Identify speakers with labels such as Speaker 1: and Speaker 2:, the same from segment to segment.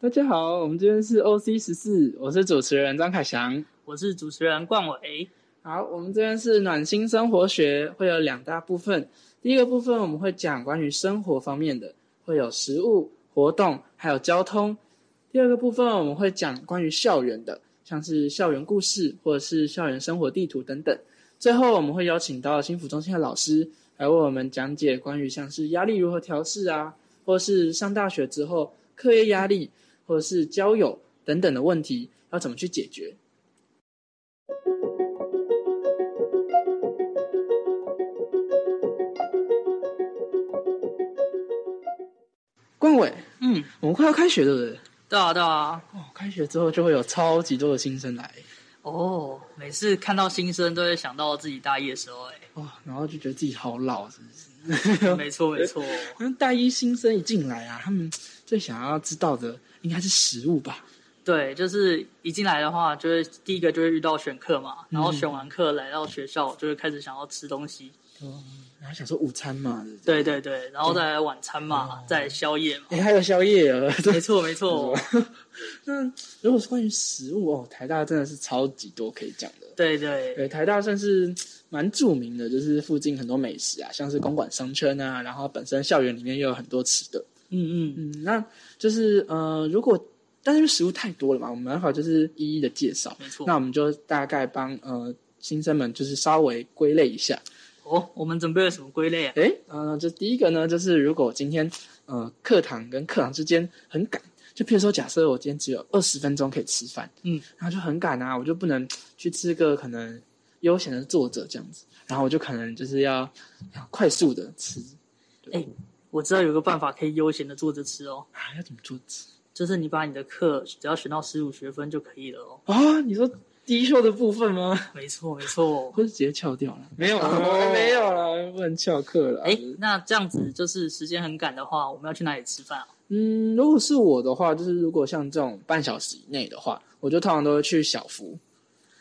Speaker 1: 大家好，我们这边是 OC 十四，我是主持人张凯翔。
Speaker 2: 我是主持人冠伟。
Speaker 1: 好，我们这边是暖心生活学，会有两大部分。第一个部分我们会讲关于生活方面的，会有食物、活动，还有交通。第二个部分我们会讲关于校园的，像是校园故事或者是校园生活地图等等。最后我们会邀请到新辅中心的老师来为我们讲解关于像是压力如何调试啊，或是上大学之后课业压力，或者是交友等等的问题要怎么去解决。冠伟，
Speaker 2: 嗯，
Speaker 1: 我们快要开学了，对不对？
Speaker 2: 对啊，对啊。
Speaker 1: 哦，开学之后就会有超级多的新生来，
Speaker 2: 哦，每次看到新生都会想到自己大一的时候、
Speaker 1: 哇、然后就觉得自己好老，是不是？
Speaker 2: 哎，没错，没错。
Speaker 1: 那大一新生一进来啊，他们最想要知道的应该是食物吧？
Speaker 2: 对，就是一进来的话，就会第一个就会遇到选课嘛，然后选完课来到学校，就会开始想要吃东西。
Speaker 1: 然后想说午餐嘛，对不对？
Speaker 2: 对对对，然后再来晚餐嘛，再来宵夜嘛。
Speaker 1: 哎、还有宵夜哦，
Speaker 2: 没
Speaker 1: 对。
Speaker 2: 错，没错。
Speaker 1: 那如果是关于食物哦，台大真的是超级多可以讲的。
Speaker 2: 对对
Speaker 1: 对，台大算是蛮著名的，就是附近很多美食啊，像是公馆商圈啊，然后本身校园里面也有很多吃的。
Speaker 2: 嗯嗯，
Speaker 1: 嗯，那就是呃，如果但是因为食物太多了嘛，我们办法就是一一的介绍。
Speaker 2: 没错
Speaker 1: 那。我们就大概帮呃新生们就是稍微归类一下。
Speaker 2: 哦，我们准备了什么归类啊？
Speaker 1: 诶，呃，这第一个呢，就是如果今天呃课堂跟课堂之间很赶，就譬如说假设我今天只有二十分钟可以吃饭，
Speaker 2: 嗯，
Speaker 1: 然后就很赶啊，我就不能去吃个可能悠闲的坐着这样子，然后我就可能就是要要快速的吃
Speaker 2: 我知道有个办法可以悠闲的坐着吃哦，
Speaker 1: 啊，要怎么坐着
Speaker 2: 就是你把你的课只要选到十五学分就可以了哦。
Speaker 1: 啊？你说低秀的部分吗？
Speaker 2: 没错，没错。
Speaker 1: 或是直接翘掉了？没有
Speaker 2: 哦
Speaker 1: 没有了，不能翘课了。
Speaker 2: 哎，那这样子就是时间很赶的话，我们要去哪里吃饭啊？
Speaker 1: 嗯，如果是我的话，就是如果像这种半小时以内的话，我就通常都会去小福，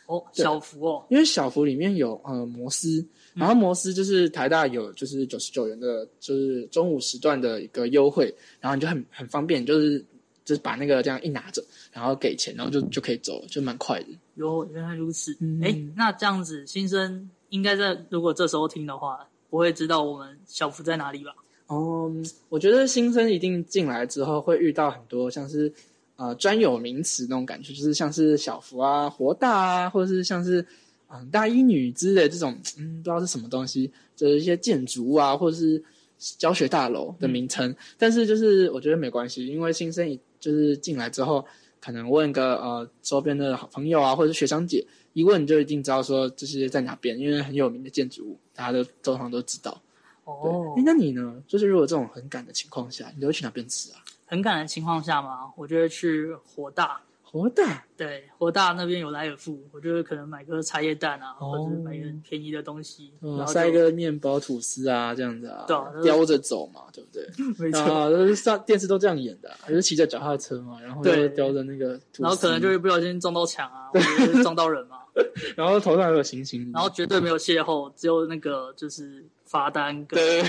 Speaker 2: 哦，
Speaker 1: 对
Speaker 2: 小福哦，
Speaker 1: 因为小福里面有呃摩斯，然后摩斯就是台大有就是九十九元的，就是中午时段的一个优惠，然后你就很很方便，就是就是把那个这样一拿着，然后给钱，然后就就可以走，就蛮快的。
Speaker 2: 哟，原来如此
Speaker 1: 嗯。
Speaker 2: 哎、那这样子，新生应该在如果这时候听的话，不会知道我们小福在哪里吧？
Speaker 1: 哦，我觉得新生一定进来之后会遇到很多像是呃专有名词那种感觉，就是像是小福啊、活大啊，或者是像是嗯、大一女之类的这种，嗯，不知道是什么东西，就是一些建筑物啊，或者是教学大楼的名称。但是就是我觉得没关系，因为新生一就是进来之后，可能问个呃周边的好朋友啊，或者是学长姐，一问你就一定知道说这些在哪边，因为很有名的建筑物，大家都通常都知道。
Speaker 2: 哦
Speaker 1: 哦，诶，那你呢？就是如果这种很赶的情况下，你都会去哪边吃啊？
Speaker 2: 很赶的情况下嘛，我就会去火大。
Speaker 1: 活大
Speaker 2: 对，火大那边有莱尔富，我就会可能买个茶叶蛋啊，
Speaker 1: 哦
Speaker 2: 或者是买个便宜的东西，
Speaker 1: 嗯
Speaker 2: 然后就
Speaker 1: 塞一个面包、吐司啊，这样子啊
Speaker 2: 对啊，
Speaker 1: 叼着走嘛，对不对？
Speaker 2: 没错。
Speaker 1: 啊，都是上电视都这样演的啊、就是骑着脚踏车嘛，然后
Speaker 2: 对
Speaker 1: 就叼着那个吐司，
Speaker 2: 然后可能就会不小心撞到墙啊，或者是撞到人嘛，
Speaker 1: 然后头上还有星星，
Speaker 2: 然后绝对没有邂逅，只有那个就是罚单跟
Speaker 1: 对，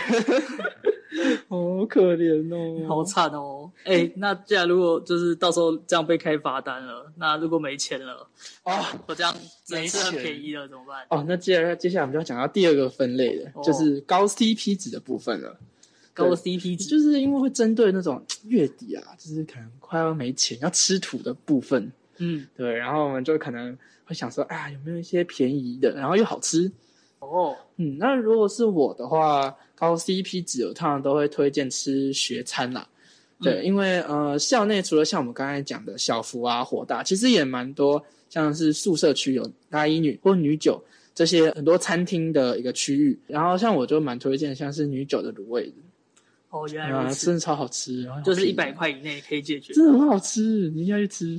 Speaker 1: 好可怜哦，
Speaker 2: 好惨哦！哎、那既然如果就是到时候这样被开罚单了，那如果没钱了，
Speaker 1: 哦
Speaker 2: 我这样只能吃很
Speaker 1: 没钱
Speaker 2: 便宜了怎么办？
Speaker 1: 哦，那接下来接下来我们就要讲到第二个分类了，
Speaker 2: 哦
Speaker 1: 就是高 CP 值的部分了。
Speaker 2: 高 CP 值
Speaker 1: 就是因为会针对那种月底啊，就是可能快要没钱要吃土的部分，
Speaker 2: 嗯，
Speaker 1: 对，然后我们就可能会想说，啊，有没有一些便宜的，然后又好吃？
Speaker 2: 哦，
Speaker 1: 嗯，那如果是我的话，高 CP 值我通常都会推荐吃学餐啦。
Speaker 2: 嗯
Speaker 1: 对，因为呃，校内除了像我们刚才讲的小福啊、火大，其实也蛮多，像是宿舍区有大一女或女九这些很多餐厅的一个区域。然后像我就蛮推荐像是女九的卤味的，
Speaker 2: 哦，原来
Speaker 1: 啊，
Speaker 2: 如此，
Speaker 1: 真的超好吃，然后
Speaker 2: 就是一
Speaker 1: 百。
Speaker 2: 百块以内可以解决。
Speaker 1: 真的很好吃，你一定要去吃。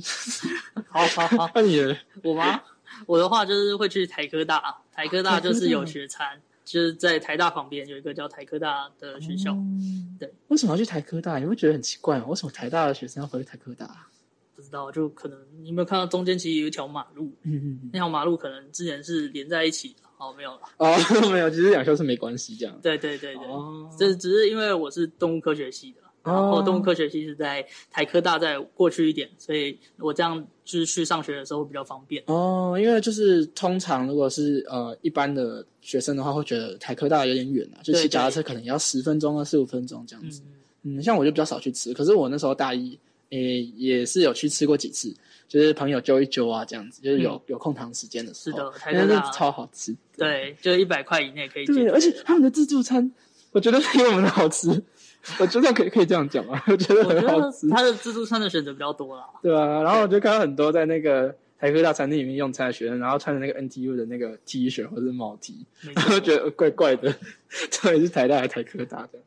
Speaker 2: 好好好，
Speaker 1: 那你
Speaker 2: 我吗？我的话就是会去台科大，台科大就是有学餐，就是在台大旁边有一个叫台科大的学校，对，
Speaker 1: 哦为什么要去台科大？你会觉得很奇怪吗？为什么台大的学生要回去台科大？
Speaker 2: 不知道就可能你有没有看到中间其实有一条马路，
Speaker 1: 嗯嗯嗯。
Speaker 2: 那条马路可能之前是连在一起的，哦，没有了，
Speaker 1: 哦，没有，其实两校是没关系这样。
Speaker 2: 对对对对。
Speaker 1: 哦，
Speaker 2: 这只是因为我是动物科学系的，然后动物科学系是在台科大再过去一点，所以我这样就是去上学的时候比较方便。
Speaker 1: 哦，因为就是通常如果是呃一般的学生的话，会觉得台科大有点远啊，就
Speaker 2: 对
Speaker 1: 骑
Speaker 2: 对
Speaker 1: 脚踏车可能也要十分钟到十五分钟这样子。
Speaker 2: 嗯，
Speaker 1: 嗯，像我就比较少去吃，可是我那时候大一，诶、也是有去吃过几次，就是朋友揪一揪啊，这样子，就是有、有空堂时间的时
Speaker 2: 嗯是
Speaker 1: 候，
Speaker 2: 的，台
Speaker 1: 但
Speaker 2: 科
Speaker 1: 是
Speaker 2: 大
Speaker 1: 超好吃，
Speaker 2: 对，就一百块以内可以解
Speaker 1: 对，
Speaker 2: 决。
Speaker 1: 而且他们的自助餐，我觉得比我们的好吃，我觉得可以可以这样讲吧，我觉得
Speaker 2: 我觉
Speaker 1: 很好
Speaker 2: 得
Speaker 1: 吃，
Speaker 2: 它的自助餐的选择比较多啦。
Speaker 1: 对啊，然后我就看到很多在那个台科大餐厅里面用餐的学生，然后穿着那个 NTU 的那个 T 恤或者是毛 T，
Speaker 2: 没
Speaker 1: 然后
Speaker 2: 错
Speaker 1: 觉得怪怪的，到底是台大还是台科大的？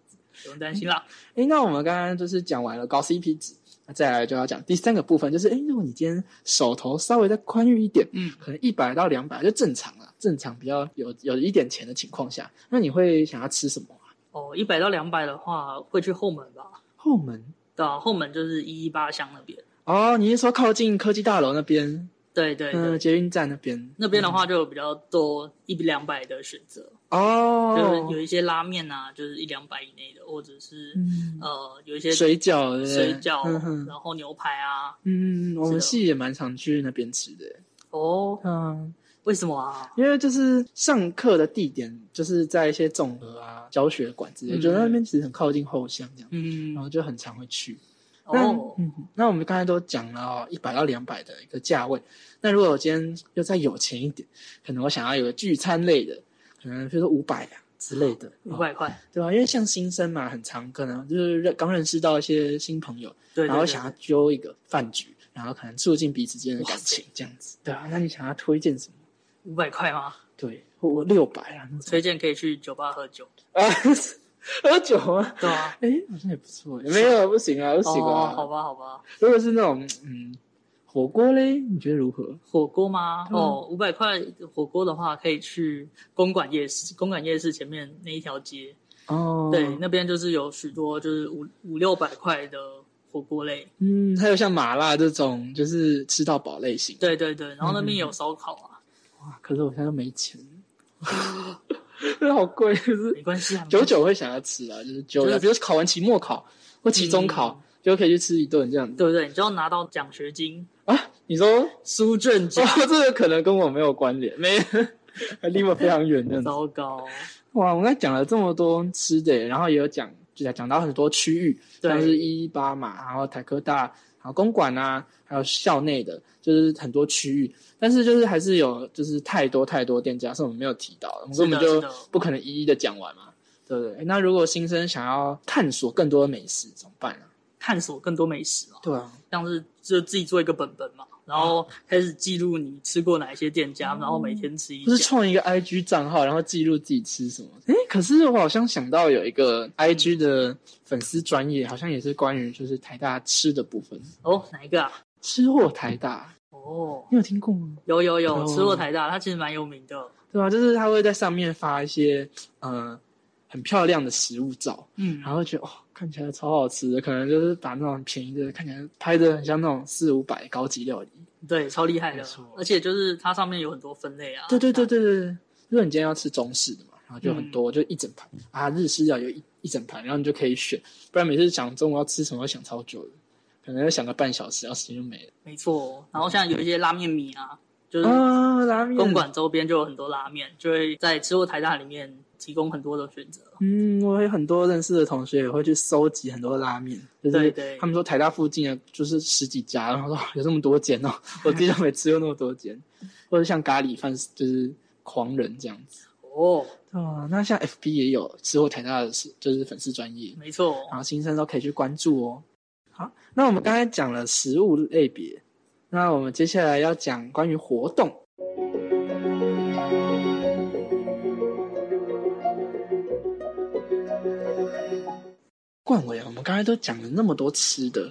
Speaker 2: 不用担心啦。
Speaker 1: 诶，那我们刚刚就是讲完了高 CP 值，那再来就要讲第三个部分，就是诶，如果你今天手头稍微再宽裕一点，
Speaker 2: 嗯，
Speaker 1: 可能一百到两百就正常了，正常比较有有一点钱的情况下，那你会想要吃什么啊、
Speaker 2: 哦，一百到两百的话会去后门吧？
Speaker 1: 后门
Speaker 2: 对啊，后门就是一一八乡那边。
Speaker 1: 哦，你是说靠近科技大楼那边，
Speaker 2: 对对
Speaker 1: 嗯、
Speaker 2: 对，
Speaker 1: 捷运站那边
Speaker 2: 那边的话就有比较多一两百的选择，
Speaker 1: 哦，
Speaker 2: 就是有一些拉面啊，就是一两百以内的，或者是
Speaker 1: 嗯
Speaker 2: 呃有一些
Speaker 1: 水饺，对不对
Speaker 2: 水饺
Speaker 1: 嗯，哼
Speaker 2: 然后牛排啊。
Speaker 1: 嗯，我
Speaker 2: 是
Speaker 1: 们
Speaker 2: 的
Speaker 1: 系也蛮常去那边吃的，
Speaker 2: 哦，
Speaker 1: 嗯。
Speaker 2: 为什么啊？
Speaker 1: 因为就是上课的地点就是在一些综合啊、教学馆之类，
Speaker 2: 嗯
Speaker 1: 觉得那边其实很靠近后巷这样，
Speaker 2: 嗯
Speaker 1: 然，后就很常会去。那、
Speaker 2: 哦，
Speaker 1: 嗯，那我们刚才都讲了一百到两百的一个价位，那如果我今天又再有钱一点，可能我想要有个聚餐类的，可能比如说五百啊之类的，
Speaker 2: 五
Speaker 1: 哦
Speaker 2: 百块，
Speaker 1: 对吧、因为像新生嘛，很常可能就是认刚认识到一些新朋友，
Speaker 2: 对，对
Speaker 1: 然后
Speaker 2: 对
Speaker 1: 想要揪一个饭局，然后可能促进彼此之间的感情这样子，对啊。那你想要推荐什么？
Speaker 2: 五百块吗？
Speaker 1: 对，我六百啊，那种
Speaker 2: 推荐可以去酒吧喝酒，
Speaker 1: 啊， 喝酒 吗？
Speaker 2: 对啊。
Speaker 1: 哎、好像也不错，没有不行啊，不行
Speaker 2: 哦
Speaker 1: 啊。，
Speaker 2: 好吧，好吧，
Speaker 1: 如果是那种嗯火锅嘞，你觉得如何？
Speaker 2: 火锅吗？
Speaker 1: 对啊
Speaker 2: 哦，五百块火锅的话，可以去公馆夜市，公馆夜市前面那一条街，
Speaker 1: 哦，
Speaker 2: 对，，那边就是有许多就是五五六百块的火锅类，
Speaker 1: 嗯，还有像麻辣这种就是吃到饱类型。
Speaker 2: 对对对，然后那
Speaker 1: 嗯
Speaker 2: 边有烧烤啊，
Speaker 1: 哇，可是我现在都没钱， 那好贵，就是
Speaker 2: 没关系啊，
Speaker 1: 久久会想要吃啊，就是久了，
Speaker 2: 就是嗯
Speaker 1: 比如考完期末考或期中考，就可以去吃一顿这样子
Speaker 2: 对不对？你只要拿到奖学金，
Speaker 1: 啊。你说
Speaker 2: 苏正
Speaker 1: 哦
Speaker 2: 奖，，
Speaker 1: 这个可能跟我没有关联，没，还离我非常远这样子。
Speaker 2: 糟糕，
Speaker 1: 哇，我们刚才讲了这么多吃的耶，然后也有讲，就讲讲到很多区域，
Speaker 2: 对
Speaker 1: 像是一一八嘛，然后台科大，然后公馆啊，还有校内的，就是很多区域。但是就是还是有就是太多太多店家是我们没有提到的，我们
Speaker 2: 是的
Speaker 1: 根本就是
Speaker 2: 的
Speaker 1: 不可能一一的讲完嘛，对不对？那如果新生想要探索更多的美食怎么办啊？
Speaker 2: 探索更多美食啊，
Speaker 1: 对啊，
Speaker 2: 像是就自己做一个本本嘛，然后开始记录你吃过哪一些店家，然后每天吃一
Speaker 1: 就是
Speaker 2: 家，
Speaker 1: 创一个 IG 账号，然后记录自己吃什么。诶，可是我好像想到有一
Speaker 2: 嗯
Speaker 1: 个 IG 的粉丝专业，好像也是关于就是台大吃的部分。
Speaker 2: 哦，哪一个啊？
Speaker 1: 吃货台大，
Speaker 2: 哦，
Speaker 1: 你有听过吗？
Speaker 2: 有有有
Speaker 1: 哦，
Speaker 2: 吃过台大，它其实蛮有名的。
Speaker 1: 对吧、就是他会在上面发一些呃很漂亮的食物照，
Speaker 2: 嗯
Speaker 1: 然后觉得哦看起来超好吃的，可能就是把那种便宜的看起来拍的很像那种四五百高级料理。
Speaker 2: 对，超厉害
Speaker 1: 没
Speaker 2: 的
Speaker 1: 错，
Speaker 2: 而且就是它上面有很多分类啊。
Speaker 1: 对对对对对，对如果你今天要吃中式的嘛，然后就很多，就一整盘啊，日式料有一一整盘，然后你就可以选，不然每次想中午要吃什么要想超久的，可能要想个半小时，然后时间就没了。
Speaker 2: 没错。然后像有一些拉面米啊，就是
Speaker 1: 啊，拉面
Speaker 2: 公馆周边就有很多拉面，就会在吃货台大里面提供很多的选择。
Speaker 1: 嗯，我有很多认识的同学也会去搜集很多拉面，就是
Speaker 2: 对对
Speaker 1: 他们说台大附近的啊就是十几家，然后说哇有这么多间哦，我自己都没吃过那么多间，或者像咖喱饭就是狂人这样子。
Speaker 2: 哦，
Speaker 1: 对啊，那像 FB 也有吃货台大的是就是粉丝专业，
Speaker 2: 没错
Speaker 1: 然。后新生都可以去关注哦。好，那我们刚才讲了食物类别，那我们接下来要讲关于活动。冠伟啊，我们刚才都讲了那么多吃的，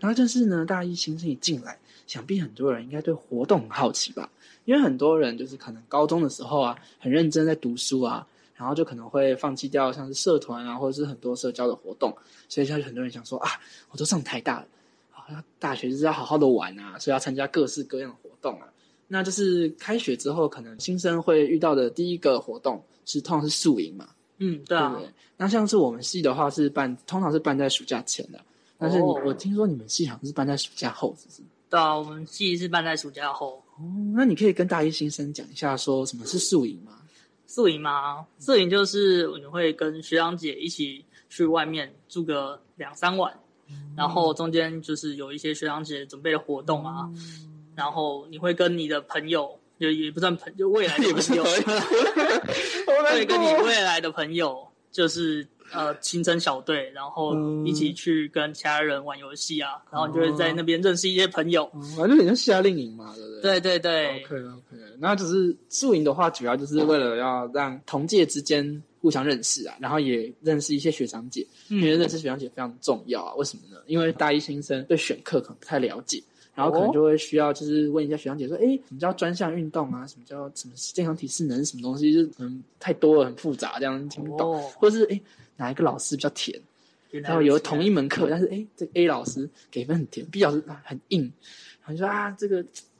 Speaker 1: 然后就是呢，大一新生一进来，想必很多人应该对活动很好奇吧？因为很多人就是可能高中的时候啊，很认真在读书啊，然后就可能会放弃掉像是社团啊，或者是很多社交的活动，所以现在很多人想说啊，我都上台大了，好像大学就是要好好的玩啊，所以要参加各式各样的活动啊。那就是开学之后，可能新生会遇到的第一个活动是通常是宿营嘛，
Speaker 2: 嗯，对
Speaker 1: 对
Speaker 2: 啊
Speaker 1: 不，对？那像是我们系的话是办，通常是办在暑假前的，但是你、
Speaker 2: 哦
Speaker 1: 我听说你们系好像是办在暑假后，是不是？
Speaker 2: 对啊，我们系是办在暑假后。
Speaker 1: 哦，那你可以跟大一新生讲一下，说什么是宿营吗？
Speaker 2: 宿营嘛，宿营就是你会跟学长姐一起去外面住个两三晚，
Speaker 1: 嗯
Speaker 2: 然后中间就是有一些学长姐准备的活动啊，
Speaker 1: 嗯
Speaker 2: 然后你会跟你的朋友，也也不算朋友，就未来的朋 友，会跟你未来的朋友就是呃形成小队，然后
Speaker 1: 嗯
Speaker 2: 一起去跟其他人玩游戏啊，然后你就
Speaker 1: 哦
Speaker 2: 会在那边认识一些朋友。
Speaker 1: 哦反正很像夏令营嘛，对不对？
Speaker 2: 对对对，
Speaker 1: 哦 OK OK，那只是宿营的话，主要就是为了要让同届之间互相认识啊，然后也认识一些学长姐，因为
Speaker 2: 嗯，
Speaker 1: 认识学长姐非常重要啊。为什么呢？因为大一新生对选课可能不太了解，然后可能就会需要就是问一下学长姐说，哎、什么叫专项运动啊？什么叫什么健康体适能是什么东西？就是嗯太多了，很复杂，这样听不懂。
Speaker 2: 哦，
Speaker 1: 或是哎、诶哪一个老师比较甜？
Speaker 2: 原来
Speaker 1: 然后有
Speaker 2: 如此
Speaker 1: 同一门课，但是哎，这个 A 老师给分很甜，B 老师啊很硬，然后就说啊，这个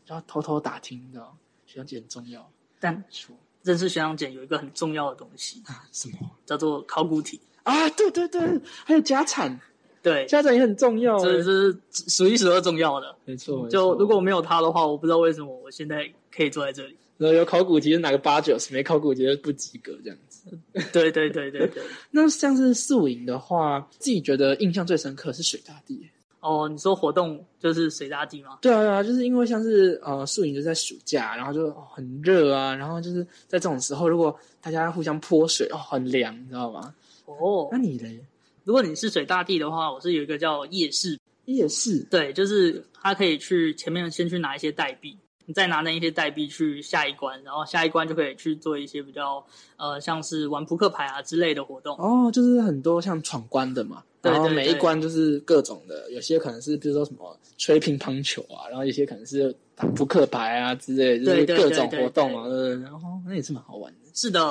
Speaker 1: 然后偷偷打听，你知道，学长姐很重要。
Speaker 2: 但
Speaker 1: 说
Speaker 2: 认识学长姐有一个很重要的东西，
Speaker 1: 啊什么
Speaker 2: 叫做考古题。
Speaker 1: 啊？对对对，还有家产，
Speaker 2: 对，
Speaker 1: 家产也很重要。欸
Speaker 2: 这这是数一数二重要的。
Speaker 1: 没错，哦没
Speaker 2: 就
Speaker 1: 错
Speaker 2: 如果没有他的话，我不知道为什么我现在可以坐在这里。
Speaker 1: 然后有考古题就拿个八九十，没考古题就不及格这样子。
Speaker 2: 对对对对对。
Speaker 1: 那像是宿营的话，自己觉得印象最深刻是水大地。
Speaker 2: 哦，你说活动就是水大地吗？
Speaker 1: 对啊，对啊，就是因为像是呃宿营就在暑假，然后就、哦很热啊，然后就是在这种时候，如果大家互相泼水，哦，很凉，你知道吗？
Speaker 2: 哦
Speaker 1: 那，你嘞？
Speaker 2: 如果你是水大地的话，我是有一个叫夜市，
Speaker 1: 夜市
Speaker 2: 对，就是他可以去前面先去拿一些代币，你再拿那一些代币去下一关，然后下一关就可以去做一些比较呃像是玩扑克牌啊之类的活动。
Speaker 1: 哦，就是很多像闯关的嘛，
Speaker 2: 对
Speaker 1: 然后
Speaker 2: 对
Speaker 1: 每一
Speaker 2: 对
Speaker 1: 关就是各种的，有些可能是比如说什么吹乒乓球啊，然后有些可能是打扑克牌啊之类的，就是
Speaker 2: 对对
Speaker 1: 各
Speaker 2: 对
Speaker 1: 种
Speaker 2: 对
Speaker 1: 活动啊，对对对，然后那也是蛮好玩的。
Speaker 2: 是的，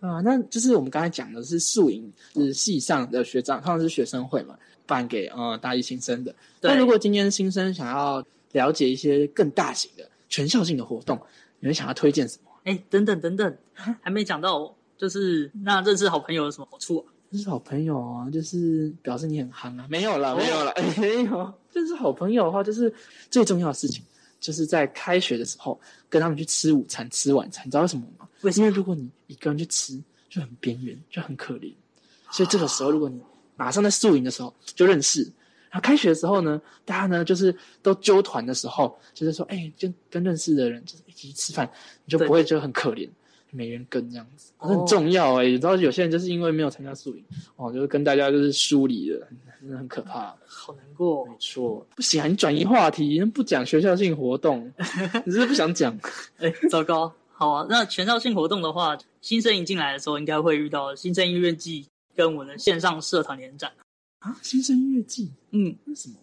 Speaker 1: 啊，那就是我们刚才讲的是宿营，是系上的学长，像是学生会嘛，办给呃大一新生的。
Speaker 2: 对
Speaker 1: 那如果今天新生想要了解一些更大型的全校性的活动，你们想要推荐什么？
Speaker 2: 哎，等等等等，还没讲到，就是那认识好朋友有什么好处啊？
Speaker 1: 就是好朋友啊，就是表示你很憨啊，没有了，没有了，没有。 就是好朋友的话，就是最重要的事情，就是在开学的时候跟他们去吃午餐、吃晚餐，你知道为什么吗？
Speaker 2: 为什
Speaker 1: 因
Speaker 2: 么
Speaker 1: 为如果你一个人去吃，就很边缘，就很可怜。所以这个时候，如果你马上在宿营的时候就认识，然后开学的时候呢，大家呢就是都揪团的时候，就是说，哎、就跟认识的人就是一起吃饭，你就不会觉得很可怜，没人跟这样子，
Speaker 2: 哦
Speaker 1: 很重要哎、你知道有些人就是因为没有参加宿营，哦，就是跟大家就是疏离了，真的很可怕。
Speaker 2: 好难过哦
Speaker 1: 没，错，不行啊，你转移话题，不讲学校性活 动，你是不是不想讲？
Speaker 2: 哎，糟糕。好啊，那全校性活动的话，新生一进来的时候，应该会遇到新生音乐季跟我们的线上社团联展。
Speaker 1: 啊，新生音乐季
Speaker 2: 嗯，
Speaker 1: 为什么？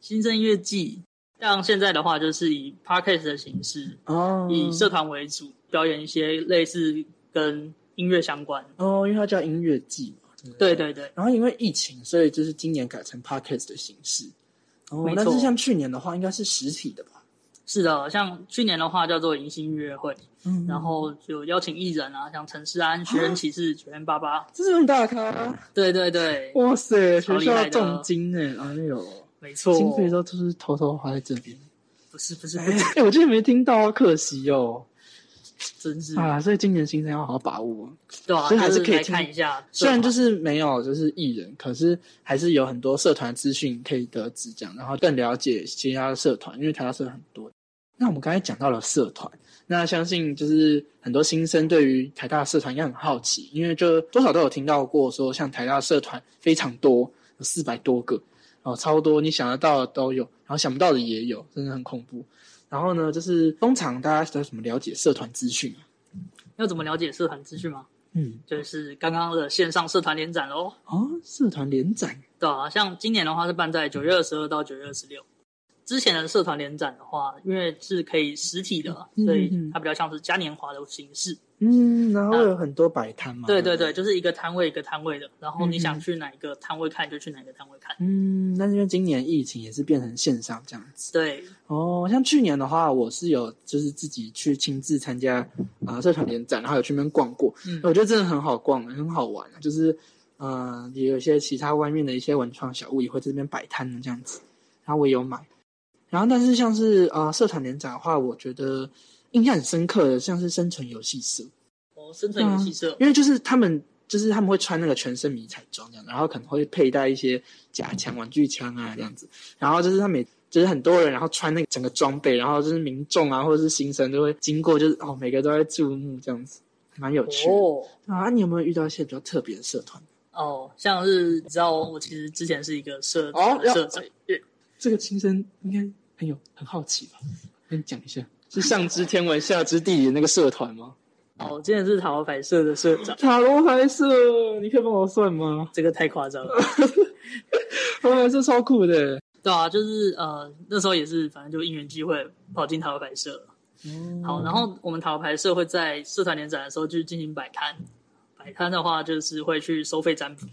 Speaker 2: 新生音乐季，像现在的话，就是以 podcast 的形式，
Speaker 1: 哦，
Speaker 2: 以社团为主，表演一些类似跟音乐相关。
Speaker 1: 哦，因为它叫音乐季嘛。对不
Speaker 2: 对对对，
Speaker 1: 然后因为疫情，所以就是今年改成 podcast 的形式。哦
Speaker 2: 没，错
Speaker 1: 但是像去年的话，应该是实体的吧？
Speaker 2: 是的，像去年的话叫做迎新音乐会，
Speaker 1: 嗯
Speaker 2: 然后有邀请艺人啊，像陈思安、学人骑士、九零八八，
Speaker 1: 这是很大咖，
Speaker 2: 对对对，
Speaker 1: 哇塞，
Speaker 2: 超
Speaker 1: 学
Speaker 2: 厉
Speaker 1: 校
Speaker 2: 害的
Speaker 1: 重金哎，哎呦，
Speaker 2: 没错，
Speaker 1: 经费都就是偷偷花在这边。
Speaker 2: 不是不是不
Speaker 1: 哎
Speaker 2: 是，
Speaker 1: 哎，我今天没听到，可惜哦
Speaker 2: 真是
Speaker 1: 啊！所以今年新生要好好把握。
Speaker 2: 对啊，
Speaker 1: 所以还是
Speaker 2: 就
Speaker 1: 可以
Speaker 2: 来
Speaker 1: 听
Speaker 2: 看一下社
Speaker 1: 虽
Speaker 2: 团，
Speaker 1: 然就是没有就是艺人，可是还是有很多社团资讯可以得知这样，然后更了解其他的社团，因为台大社团很多。那我们刚才讲到了社团，那相信就是很多新生对于台大社团应该很好奇，因为就多少都有听到过说，像台大社团非常多，有四百多个，哦，超多，你想得到的都有，然后想不到的也有，真的很恐怖。然后呢，就是通常大家都怎么了解社团资讯啊？
Speaker 2: 要怎么了解社团资讯吗？
Speaker 1: 嗯，
Speaker 2: 就是刚刚的线上社团联展喽，
Speaker 1: 哦，社团联展
Speaker 2: 对啊，像今年的话是办在九月二十二到九月二十六。之前的社团联展的话，因为是可以实体的，
Speaker 1: 嗯
Speaker 2: 所以
Speaker 1: 嗯嗯
Speaker 2: 它比较像是嘉年华的形式。
Speaker 1: 嗯，然后会有很多摆摊嘛。
Speaker 2: 对
Speaker 1: 对
Speaker 2: 对
Speaker 1: 不
Speaker 2: 对，，就是一个摊位一个摊位的，然后你
Speaker 1: 嗯
Speaker 2: 想去哪一个摊位看就去哪个摊位看。
Speaker 1: 嗯，但是因为今年疫情也是变成线上这样子。
Speaker 2: 对，
Speaker 1: 哦，像去年的话，我是有就是自己去亲自参加啊、呃社团联展，然后有去那边逛过，
Speaker 2: 嗯
Speaker 1: 我觉得真的很好逛，很好玩啊，就是呃也有一些其他外面的一些文创小物也会在这边摆摊的这样子，然后我也有买，然后但是像是啊、呃社团联展的话，我觉得印象很深刻的像是生存游戏社，
Speaker 2: 哦，生存游戏社，
Speaker 1: 因为就是他们就是他们会穿那个全身迷彩装这样，然后可能会佩戴一些假枪、玩具枪啊这样子，然后就是他们也就是很多人，然后穿那个整个装备，然后就是民众啊或者是新生就会经过，就是哦每个都在注目这样子，蛮有趣的、
Speaker 2: 哦
Speaker 1: 啊。你有没有遇到一些比较特别的社团？
Speaker 2: 哦，像是你知道，我其实之前是一个社
Speaker 1: 哦要
Speaker 2: 社长，
Speaker 1: 这个新生应该很有很好奇吧？跟你讲一下，是上知天文下知地理的那个社团吗？
Speaker 2: 哦，我之前是塔罗牌社的社长，
Speaker 1: 塔罗牌社，你可以帮我算吗？
Speaker 2: 这个太夸张了。
Speaker 1: 塔罗牌社超酷的。
Speaker 2: 对啊，就是呃那时候也是，反正就因缘机会跑进塔罗牌社了。
Speaker 1: 嗯
Speaker 2: 好，然后我们塔罗牌社会在社团联展的时候就进行摆摊，摆摊的话就是会去收费占卜，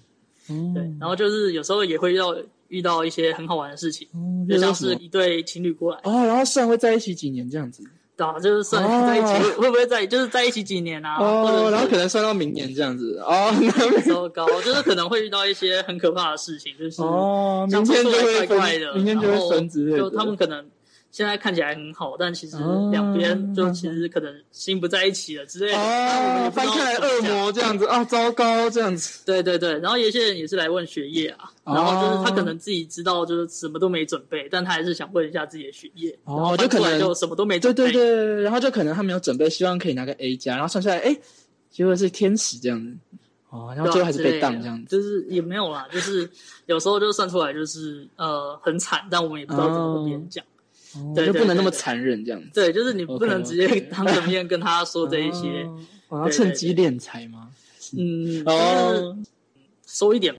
Speaker 1: 嗯
Speaker 2: 对，然后就是有时候也会要遇到一些很好玩的事情，
Speaker 1: 嗯
Speaker 2: 就像是一对情侣过来，
Speaker 1: 哦，然后算会在一起几年这样子
Speaker 2: 对啊，就是算
Speaker 1: 哦
Speaker 2: 在一起、会会不会在就是在一起几年啊，
Speaker 1: 哦，
Speaker 2: 或
Speaker 1: 然后
Speaker 2: 者
Speaker 1: 可
Speaker 2: 是
Speaker 1: 能算到明年这样子哦，那没
Speaker 2: 糟糕，就是可能会遇到一些很可怕的事情，就是
Speaker 1: 哦，明
Speaker 2: 像
Speaker 1: 天就
Speaker 2: 说出来
Speaker 1: 会
Speaker 2: 怪
Speaker 1: 分
Speaker 2: 怪的，
Speaker 1: 明天就
Speaker 2: 然后
Speaker 1: 会分之类的，
Speaker 2: 就他们可能现在看起来很好，但其实
Speaker 1: 哦
Speaker 2: 两边就其实可能心不在一起了之类的。那我们也
Speaker 1: 哦，
Speaker 2: 不知
Speaker 1: 翻
Speaker 2: 道
Speaker 1: 开来
Speaker 2: 怎么
Speaker 1: 恶
Speaker 2: 讲。
Speaker 1: 魔这样子啊，糟糕这样子，
Speaker 2: 对对对，然后有些人也是来问学业啊，
Speaker 1: 哦
Speaker 2: 然后就是他可能自己知道就是什么都没准备，但他还是想问一下自己的学业，
Speaker 1: 哦
Speaker 2: 然后翻
Speaker 1: 就可能
Speaker 2: 出来就什么都没
Speaker 1: 对
Speaker 2: 准备。
Speaker 1: 对对，然后就可能他没有准备，希望可以拿个 A 加，然后算出来哎，结果是天使这样子，哦，然
Speaker 2: 对啊
Speaker 1: 后最后还是
Speaker 2: 之
Speaker 1: 被
Speaker 2: 类
Speaker 1: 当
Speaker 2: 的
Speaker 1: 这样子，
Speaker 2: 就是也没有啦，就是有时候就算出来就是呃很惨，但我们也不知道怎么跟别人讲。
Speaker 1: 哦
Speaker 2: 对
Speaker 1: 就
Speaker 2: 对
Speaker 1: 不能那
Speaker 2: 对
Speaker 1: 么
Speaker 2: 对
Speaker 1: 残忍这样子，
Speaker 2: 对，就是你不
Speaker 1: OK，OK
Speaker 2: 能直接当着面跟他说这一些，
Speaker 1: 哦，我要
Speaker 2: 对对
Speaker 1: 趁
Speaker 2: 对
Speaker 1: 机敛财吗？
Speaker 2: 嗯，就是
Speaker 1: 哦。
Speaker 2: 收一点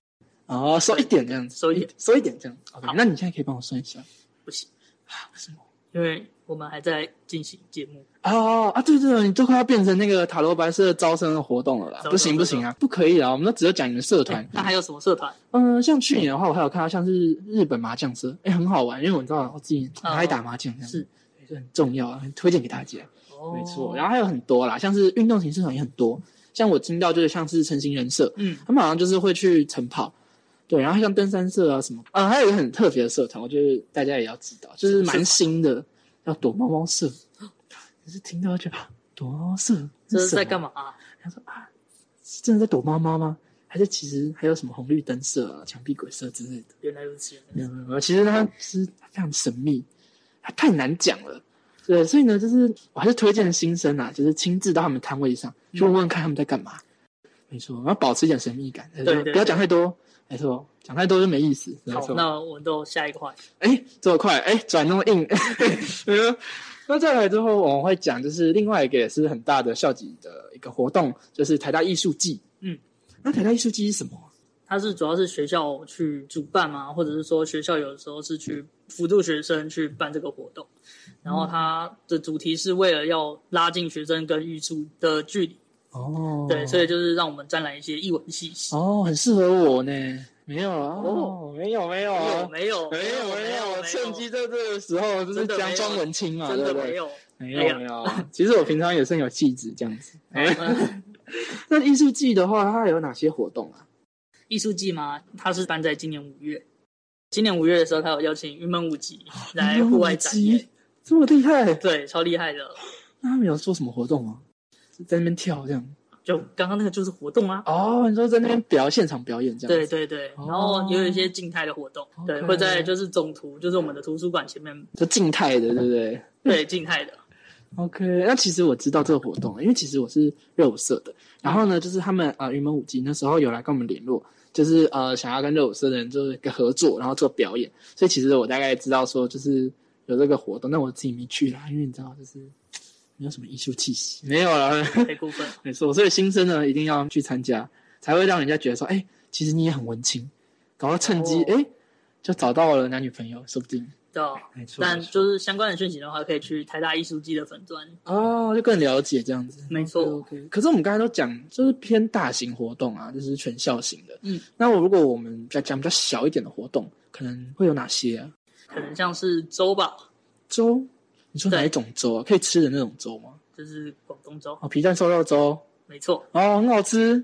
Speaker 1: 哦，收一点这样子，
Speaker 2: 收一点，
Speaker 1: 收一点这样子。OK，
Speaker 2: 好
Speaker 1: 那你现在可以帮我算一下
Speaker 2: 不行，
Speaker 1: 啊？为什么？
Speaker 2: 因为我们还在进行节目。
Speaker 1: 哦啊，对对对，你都快要变成那个塔罗白社招生的活动了啦！
Speaker 2: 走
Speaker 1: 不行
Speaker 2: 走
Speaker 1: 不行啊，不可以啊！我们都只有讲你们社团。
Speaker 2: 那还有什么社团？
Speaker 1: 嗯，像去年的话，我还有看到像是日本麻将社，哎，很好玩，因为我知道哦我自己很爱打麻将，这样
Speaker 2: 是，
Speaker 1: 这很重要啊，很推荐给大家。
Speaker 2: 哦
Speaker 1: 没错，然后还有很多啦，像是运动型社团也很多，像我听到就是像是成型人社，
Speaker 2: 嗯，
Speaker 1: 他们好像就是会去晨跑，对，然后像登山社啊什么，啊，还有一个很特别的社团，我觉得大家也要知道，就是蛮新的，叫躲猫猫社。你是听到就啊，躲猫猫社
Speaker 2: 这是在
Speaker 1: 什么
Speaker 2: 干嘛啊？
Speaker 1: 他说啊，是真的在躲猫猫吗？还是其实还有什么红绿灯社啊、墙壁鬼社之类的？
Speaker 2: 原来如此。
Speaker 1: 没有没有没有，其实它是非常神秘，它太难讲了。对，所以呢，就是我还是推荐新生啊，就是亲自到他们摊位上去问问看他们在干嘛。没错，然后保持一点神秘感，
Speaker 2: 对对
Speaker 1: 不要讲太多。没错，讲太多就没意思。没
Speaker 2: 好，
Speaker 1: 错，
Speaker 2: 那我们到下一个话题。
Speaker 1: 哎，这么快，哎，转那么硬。 没有那再来之后，我们会讲就是另外一个也是很大的校级的一个活动，就是台大艺术季。
Speaker 2: 嗯，
Speaker 1: 那台大艺术季是什么？
Speaker 2: 它是主要是学校去主办嘛，或者是说学校有的时候是去辅助学生去办这个活动，然后它的主题是为了要拉近学生跟艺术的距离，
Speaker 1: 哦
Speaker 2: 对，所
Speaker 1: 以
Speaker 2: 以就是让我们沾染一些艺文气息。
Speaker 1: 哦，很适合我呢。没有啊，
Speaker 2: 哦
Speaker 1: 哦，没有没有啊
Speaker 2: 没有
Speaker 1: 没有
Speaker 2: 没
Speaker 1: 没
Speaker 2: 有
Speaker 1: 有，趁机在这个时候就是
Speaker 2: 真的没有
Speaker 1: 佯装文青嘛，
Speaker 2: 真
Speaker 1: 对
Speaker 2: 的
Speaker 1: 不
Speaker 2: 没
Speaker 1: 对？
Speaker 2: 有。
Speaker 1: 没
Speaker 2: 哎呀
Speaker 1: 有没有啊，其实我平常也是很有气质这样子。
Speaker 2: 嗯
Speaker 1: 那艺术季的话，它有哪些活动啊？
Speaker 2: 艺术季嘛，它是办在今年五月。今年五月的时候，他有邀请云门舞集来户外展
Speaker 1: 音乐
Speaker 2: 演
Speaker 1: 季，这么厉害，
Speaker 2: 对，超厉害的。
Speaker 1: 那他们有做什么活动吗？在那边跳这样？
Speaker 2: 就刚刚那个就是活动啊，
Speaker 1: 哦，你说在那边表现场表演这样
Speaker 2: 对
Speaker 1: 子？
Speaker 2: 对对，
Speaker 1: 哦
Speaker 2: 然后也有一些静态的活动，对，
Speaker 1: OK
Speaker 2: 会在就是总图，就是我们的图书馆前 面，
Speaker 1: 就静态的，对不对
Speaker 2: 对，静态的，
Speaker 1: ？OK，那其实我知道这个活动，因为其实我是热舞社的。然后呢，就是他们啊，呃云门舞集那时候有来跟我们联络，就是呃，想要跟热舞社的人做一个合作，然后做表演。所以其实我大概知道说，就是有这个活动，但我自己没去啦，因为你知道，就是没有什么艺术气息，没有啦。
Speaker 2: 太过分了。
Speaker 1: 没错，所以新生呢一定要去参加，才会让人家觉得说，哎、其实你也很文青，搞到趁机，
Speaker 2: 哦
Speaker 1: 哎、就找到了男女朋友，说不定。
Speaker 2: 到。
Speaker 1: 没错。
Speaker 2: 但
Speaker 1: 没错
Speaker 2: 就是相关的讯息的话，可以去台大艺术季的粉专。
Speaker 1: 哦，就更了解这样子。
Speaker 2: 没错
Speaker 1: OK，, o k 可是我们刚才都讲，就是偏大型活动啊，就是全校型的。
Speaker 2: 嗯，
Speaker 1: 那我如果我们再讲比较小一点的活动，可能会有哪些啊？
Speaker 2: 可能像是粥吧，
Speaker 1: 粥？你说哪一种粥啊？可以吃的那种粥吗？
Speaker 2: 就是广东粥，
Speaker 1: 哦，皮蛋瘦肉粥，
Speaker 2: 没错。
Speaker 1: 哦，很好吃，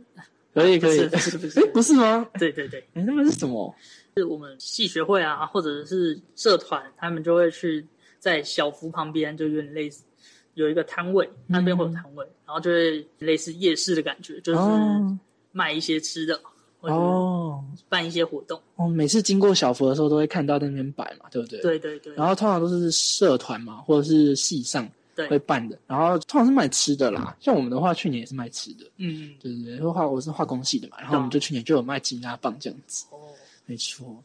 Speaker 1: 可以可以。
Speaker 2: 啊不是不是
Speaker 1: 哎，不是吗？
Speaker 2: 对对对，
Speaker 1: 哎，那么是什么？
Speaker 2: 是我们系学会啊，或者是社团，他们就会去在小福旁边，就有点类似有一个摊位，那边会有摊位，
Speaker 1: 嗯
Speaker 2: 然后就会类似夜市的感觉，就是
Speaker 1: 哦
Speaker 2: 卖一些吃的，或者
Speaker 1: 哦，
Speaker 2: 是办一些活动。
Speaker 1: 我每次经过小佛的时候都会看到那边摆嘛，对不对？。
Speaker 2: 对对对，
Speaker 1: 然后通常都是社团嘛，或者是系上
Speaker 2: 对
Speaker 1: 会办的，然后通常是卖吃的啦。像我们的话，去年也是卖吃的，
Speaker 2: 嗯，
Speaker 1: 对对对，因为化我是化工系的嘛，然后我们就去年就有卖金拉棒这样子，
Speaker 2: 哦，
Speaker 1: 没错。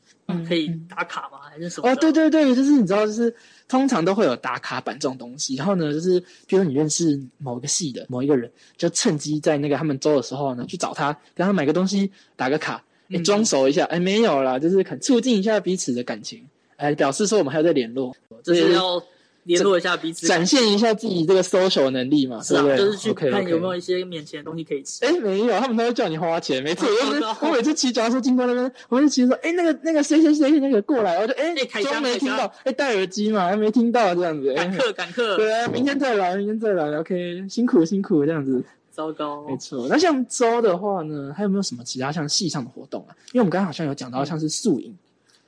Speaker 2: 可以打卡吗？还是什么？
Speaker 1: 哦，对，对对，就是你知道，就是通常都会有打卡板这种东西。然后呢，就是比如说你认识某个系的某一个人，就趁机在那个他们周的时候呢，去找他，跟他买个东西，打个卡，哎，
Speaker 2: 嗯
Speaker 1: 装熟一下。哎，没有啦，就是肯促进一下彼此的感情，哎，表示说我们还有在联络，
Speaker 2: 就
Speaker 1: 这
Speaker 2: 是
Speaker 1: 也
Speaker 2: 要联络一下彼此。
Speaker 1: 展现一下自己这个 social 能力嘛，
Speaker 2: 是
Speaker 1: 对
Speaker 2: 啊
Speaker 1: 不，对？
Speaker 2: 就是去
Speaker 1: OK，OK
Speaker 2: 看有没有一些免钱的东西可以吃。
Speaker 1: 哎，没有，他们都会叫你花钱，没错。
Speaker 2: 哦
Speaker 1: 我每
Speaker 2: 真的哦
Speaker 1: 我每次骑脚踏车经过那边，我就骑说，哎，那个那个谁谁谁那个过来，我就哎
Speaker 2: 哎开箱
Speaker 1: 装没
Speaker 2: 开
Speaker 1: 听
Speaker 2: 箱
Speaker 1: 到，哎戴耳机嘛，还没听到这样子。哎
Speaker 2: 赶客赶客，
Speaker 1: 对啊，明天再来，明天再来，OK，辛苦辛苦这样子，
Speaker 2: 糟糕
Speaker 1: 没，错。那像周的话呢，还有没有什么其他像系上的活动啊？因为我们刚刚好像有讲到像是宿营，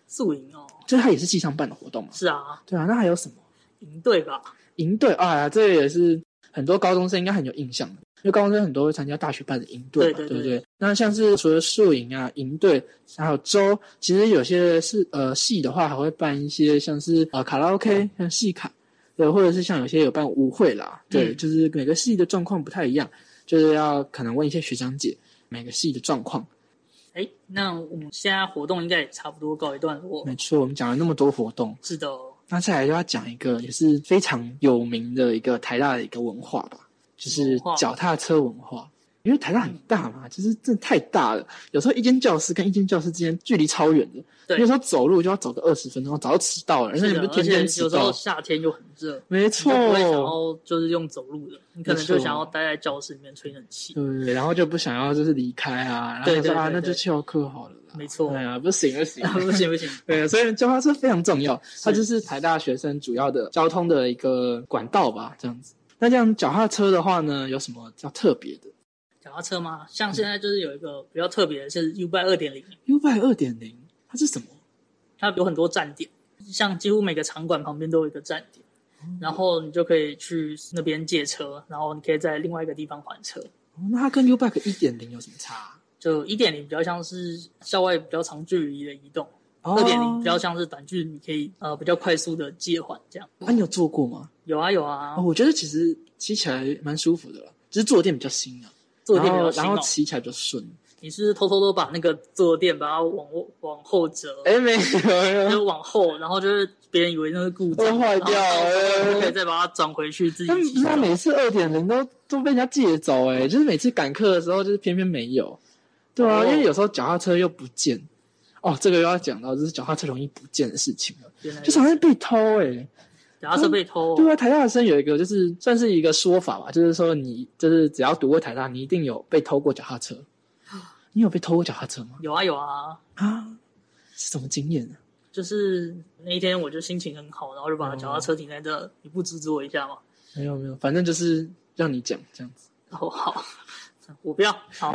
Speaker 2: 宿营哦，
Speaker 1: 就是它也是系上办的活动嘛。
Speaker 2: 是啊，
Speaker 1: 对啊，那还有什么
Speaker 2: 营队吧，
Speaker 1: 营队啊？这也是很多高中生应该很有印象的，因为高中生很多会参加大学办的营队嘛，
Speaker 2: 对对
Speaker 1: 不
Speaker 2: 对
Speaker 1: 对？那像是除了宿营啊、营队，还有周，其实有些是呃系的话还会办一些像是呃卡拉 OK 像系卡，对，或者是像有些有办舞会啦，对，
Speaker 2: 嗯
Speaker 1: 就是每个系的状况不太一样，就是要可能问一些学长姐每个系的状况。
Speaker 2: 哎，那我们现在活动应该也差不多告一段落。
Speaker 1: 没错，我们讲了那么多活动，
Speaker 2: 是的，
Speaker 1: 那再来就要讲一个也是非常有名的一个台大的一个文化吧，就是
Speaker 2: 文化
Speaker 1: 脚踏车文化。因为台大很大嘛，就是真的太大了，有时候一间教室跟一间教室之间距离超远的，
Speaker 2: 对
Speaker 1: 有时候走路就要走个二十分钟，早就迟到了，而且
Speaker 2: 是
Speaker 1: 你
Speaker 2: 的，
Speaker 1: 们
Speaker 2: 而
Speaker 1: 天
Speaker 2: 且
Speaker 1: 天
Speaker 2: 有
Speaker 1: 迟
Speaker 2: 时候
Speaker 1: 到，
Speaker 2: 下天又很热，
Speaker 1: 没
Speaker 2: 你
Speaker 1: 错
Speaker 2: 就，不会想要就是用走路的，你可能
Speaker 1: 没
Speaker 2: 就
Speaker 1: 错
Speaker 2: 想要待在教室里面吹冷气。
Speaker 1: 对对对，然后就不想要就是离开啊，然后
Speaker 2: 对
Speaker 1: 就说
Speaker 2: 对
Speaker 1: 啊，
Speaker 2: 对
Speaker 1: 那就
Speaker 2: 对
Speaker 1: 翘课好了啦，
Speaker 2: 没错
Speaker 1: 对啊，不行不 行，
Speaker 2: 不行不行，
Speaker 1: 对，所以交通车非常重要，它就是台大学生主要的交通的一个管道吧，这样子。那这样脚踏车的话呢，有什么比较特别的
Speaker 2: 脚踏车吗？像现在就是有一个比较特别的是 U b i 二点零，
Speaker 1: ？U b i 二点零它是什么？
Speaker 2: 它有很多站点，像几乎每个场馆旁边都有一个站点，
Speaker 1: 哦
Speaker 2: 然后你就可以去那边借车，然后你可以在另外一个地方还车。
Speaker 1: 哦那它跟 U bike 一点零有什么差啊？
Speaker 2: 就一点零比较像是校外比较长距离的移动，
Speaker 1: 二
Speaker 2: 二点
Speaker 1: 哦
Speaker 2: 零比较像是短距离，你可以呃比较快速的借还这样。
Speaker 1: 啊，你有坐过吗？
Speaker 2: 有啊有啊
Speaker 1: 哦，，我觉得其实骑起来蛮舒服的啦，只是坐垫比较新啊，
Speaker 2: 坐垫比较
Speaker 1: 然
Speaker 2: 新
Speaker 1: 后然
Speaker 2: 哦
Speaker 1: 后。骑起来比较顺。
Speaker 2: 你是不是偷偷都把那个坐垫把它往后往后折，
Speaker 1: 哎，没有，
Speaker 2: 就往后，然后就是别人以为那是故
Speaker 1: 都
Speaker 2: 障，
Speaker 1: 坏
Speaker 2: 然
Speaker 1: 掉了
Speaker 2: 后到时候可以再把它转回去自
Speaker 1: 但不
Speaker 2: 己骑
Speaker 1: 是他每次二点零都都被人家借走哎、就是每次赶课的时候，就是偏偏没有。对啊，
Speaker 2: 哦
Speaker 1: 因为有时候脚踏车又不见。哦，这个又要讲到就是脚踏车容易不见的事情了，
Speaker 2: 原来
Speaker 1: 就常常被偷哎、
Speaker 2: 脚踏车被偷，
Speaker 1: 对啊，台大生有一个就是算是一个说法吧，就是说你就是只要读过台大，你一定有被偷过脚踏车。你有被偷过脚踏车吗？
Speaker 2: 有啊有啊，
Speaker 1: 啊，是什么经验呢、啊
Speaker 2: 就是那一天我就心情很好，然后就把脚踏车停在这，你不阻止我一下吗？
Speaker 1: 没有没有，反正就是让你讲这样子，
Speaker 2: 哦好， 我不要， 好，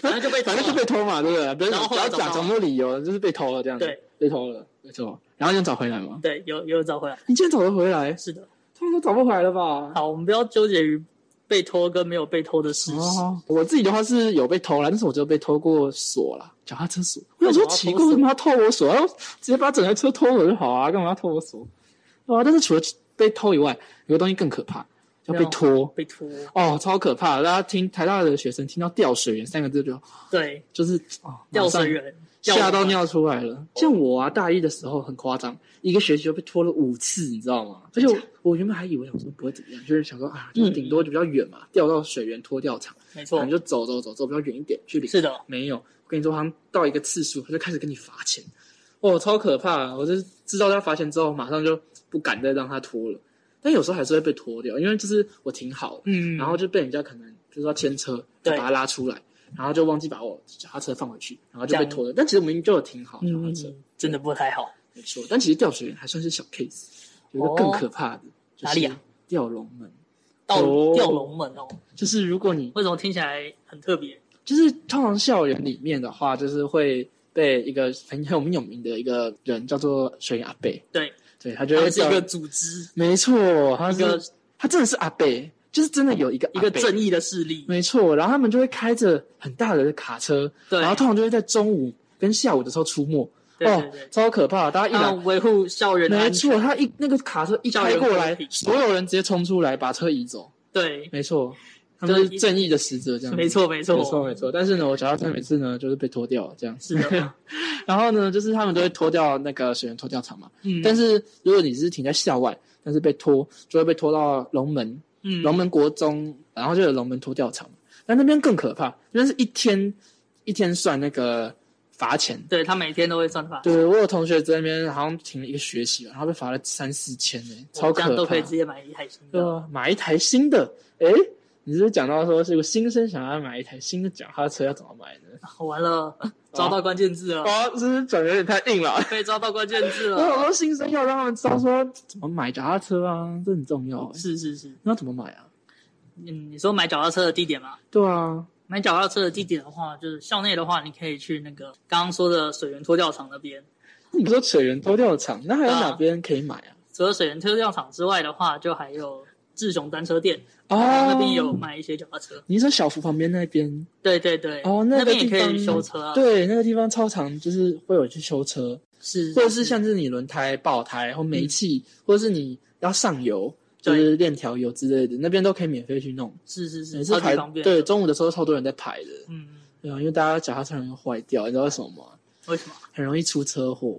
Speaker 2: 反正就被偷
Speaker 1: 反
Speaker 2: 了
Speaker 1: 正就被偷嘛，对不对？不
Speaker 2: 然
Speaker 1: 要
Speaker 2: 后
Speaker 1: 不
Speaker 2: 后来
Speaker 1: 要
Speaker 2: 找
Speaker 1: 讲
Speaker 2: 到
Speaker 1: 什么理由，就是被偷了这样子。
Speaker 2: 对
Speaker 1: 被偷了，没错。然后你有找回来吗？
Speaker 2: 对，有有找回来，
Speaker 1: 你竟然找得回来？
Speaker 2: 是的。
Speaker 1: 他们都找不回来了吧？
Speaker 2: 好，我们不要纠结于被偷跟没有被偷的事实。
Speaker 1: 哦，我自己的话是有被偷了，但是我只有被偷过锁啦，脚踏车锁。我想说奇怪，为什么要偷我锁？然后直接把整台车偷走就好啊，干嘛要偷我锁？对啊，但是除了被偷以外，有个东西更可怕，叫被拖。
Speaker 2: 被拖，
Speaker 1: 哦，超可怕！大家听台大的学生听到“吊水员”三个字就
Speaker 2: 对，
Speaker 1: 就是哦，
Speaker 2: 吊
Speaker 1: 马上
Speaker 2: 水人
Speaker 1: 吓到，尿出来了。像我啊，大一的时候很夸张，一个学期就被拖了五次，你知道吗？而且我我原本还以为我说不会怎么样，就是想说啊，就是顶多就比较远嘛，掉到水源拖吊场，
Speaker 2: 没错
Speaker 1: 可，能就走走走走比较远一点距离。
Speaker 2: 是的，
Speaker 1: 没有，我跟你说，好像到一个次数，他就开始给你罚钱。哦，超可怕！我就是知道他罚钱之后，马上就不敢再让他拖了。但有时候还是会被拖掉，因为就是我停好，
Speaker 2: 嗯
Speaker 1: 然后就被人家可能就是说牵车，
Speaker 2: 对
Speaker 1: 把他拉出来，然后就忘记把我脚踏车放回去，然后就
Speaker 2: 这
Speaker 1: 被
Speaker 2: 样
Speaker 1: 拖了。但其实我们就有停好脚踏
Speaker 2: 嗯
Speaker 1: 车，，
Speaker 2: 真的不太好。
Speaker 1: 没错。但其实吊水员还算是小 case，有一个更可怕的，就是
Speaker 2: 哦哪里啊？
Speaker 1: 吊龙门，
Speaker 2: 到
Speaker 1: 哦
Speaker 2: 吊龙门哦，
Speaker 1: 就是如果你
Speaker 2: 为什么听起来很特别？
Speaker 1: 就是通常校园里面的话，就是会被一个很很有名的一个人叫做水阿贝，
Speaker 2: 对，
Speaker 1: 对他就
Speaker 2: 它
Speaker 1: 会
Speaker 2: 是一
Speaker 1: 叫
Speaker 2: 个组织，
Speaker 1: 没错，他
Speaker 2: 一
Speaker 1: 是啊
Speaker 2: 个
Speaker 1: 他真的是阿贝，就是真的有一个
Speaker 2: 一个
Speaker 1: 阿伯
Speaker 2: 正义的势力。
Speaker 1: 没错，然后他们就会开着很大的卡车，
Speaker 2: 对
Speaker 1: 然后通常就会在中午跟下午的时候出没，
Speaker 2: 对对
Speaker 1: 哦
Speaker 2: 对，，
Speaker 1: 超可怕！大家一
Speaker 2: 要
Speaker 1: 来，
Speaker 2: 维护校园的
Speaker 1: 没
Speaker 2: 安
Speaker 1: 错，
Speaker 2: 全。
Speaker 1: 他一那个卡车一开过来，所有人直接冲出来把车移走，
Speaker 2: 对，
Speaker 1: 没错，他们是正义的使者，这样子
Speaker 2: 没，错没错
Speaker 1: 没错，没错。但是呢，我脚踏车每次呢就是被拖掉这样，
Speaker 2: 是的。
Speaker 1: 然后呢，就是他们都会拖掉那个水源拖吊场嘛。
Speaker 2: 嗯，
Speaker 1: 但是如果你是停在校外，但是被拖，就会被拖到龙门，
Speaker 2: 嗯，
Speaker 1: 龙门国中，然后就有龙门拖吊场，但那边更可怕，那边是一天一天算那个罚钱。
Speaker 2: 对他每天都会算法，
Speaker 1: 对我有同学在那边好像停了一个学期吧，然后被罚了三四千呢、超
Speaker 2: 这
Speaker 1: 可
Speaker 2: 样
Speaker 1: 怕。
Speaker 2: 都可以直接买一台新
Speaker 1: 对
Speaker 2: 的。
Speaker 1: 啊，买一台新的，诶，你是不是讲到说是个新生想要买一台新的脚踏车要怎么买呢？
Speaker 2: 完了，抓到关键字了，
Speaker 1: 哦，是不是讲得有点太硬了？
Speaker 2: 被抓到关键 字
Speaker 1: 我想
Speaker 2: 了。
Speaker 1: 说新生要让他们知道说怎么买脚踏车啊，这很重要、欸。
Speaker 2: 是是是，
Speaker 1: 那怎么买啊？
Speaker 2: 嗯，你说买脚踏车的地点吗？
Speaker 1: 对啊，
Speaker 2: 买脚踏车的地点的话，就是校内的话，你可以去那个刚刚说的水源拖吊场那边。
Speaker 1: 你说水源拖吊场，那还有哪边可以买啊？
Speaker 2: 除了水源拖吊场之外的话，就还有志雄单车店，
Speaker 1: 哦，
Speaker 2: 那边有卖一些脚踏车。
Speaker 1: 你说小福旁边那边，
Speaker 2: 对对对，
Speaker 1: 哦那
Speaker 2: 那
Speaker 1: 个
Speaker 2: 边也
Speaker 1: 地
Speaker 2: 可
Speaker 1: 方
Speaker 2: 以修车啊。，
Speaker 1: 对，那个地方超常就是会有去修车，
Speaker 2: 是，
Speaker 1: 或者是像是你轮胎爆胎或煤气，或者是你要上油，就
Speaker 2: 嗯对
Speaker 1: 是链条油之类的，那边都可以免费去弄，
Speaker 2: 是是
Speaker 1: 也是
Speaker 2: 是，超级
Speaker 1: 排
Speaker 2: 方便。
Speaker 1: 对，，中午的时候超多人在排的，
Speaker 2: 嗯，
Speaker 1: 对啊，因为大家脚踏车容易坏掉，你知道为什么吗？
Speaker 2: 为什么？
Speaker 1: 很容易出车祸。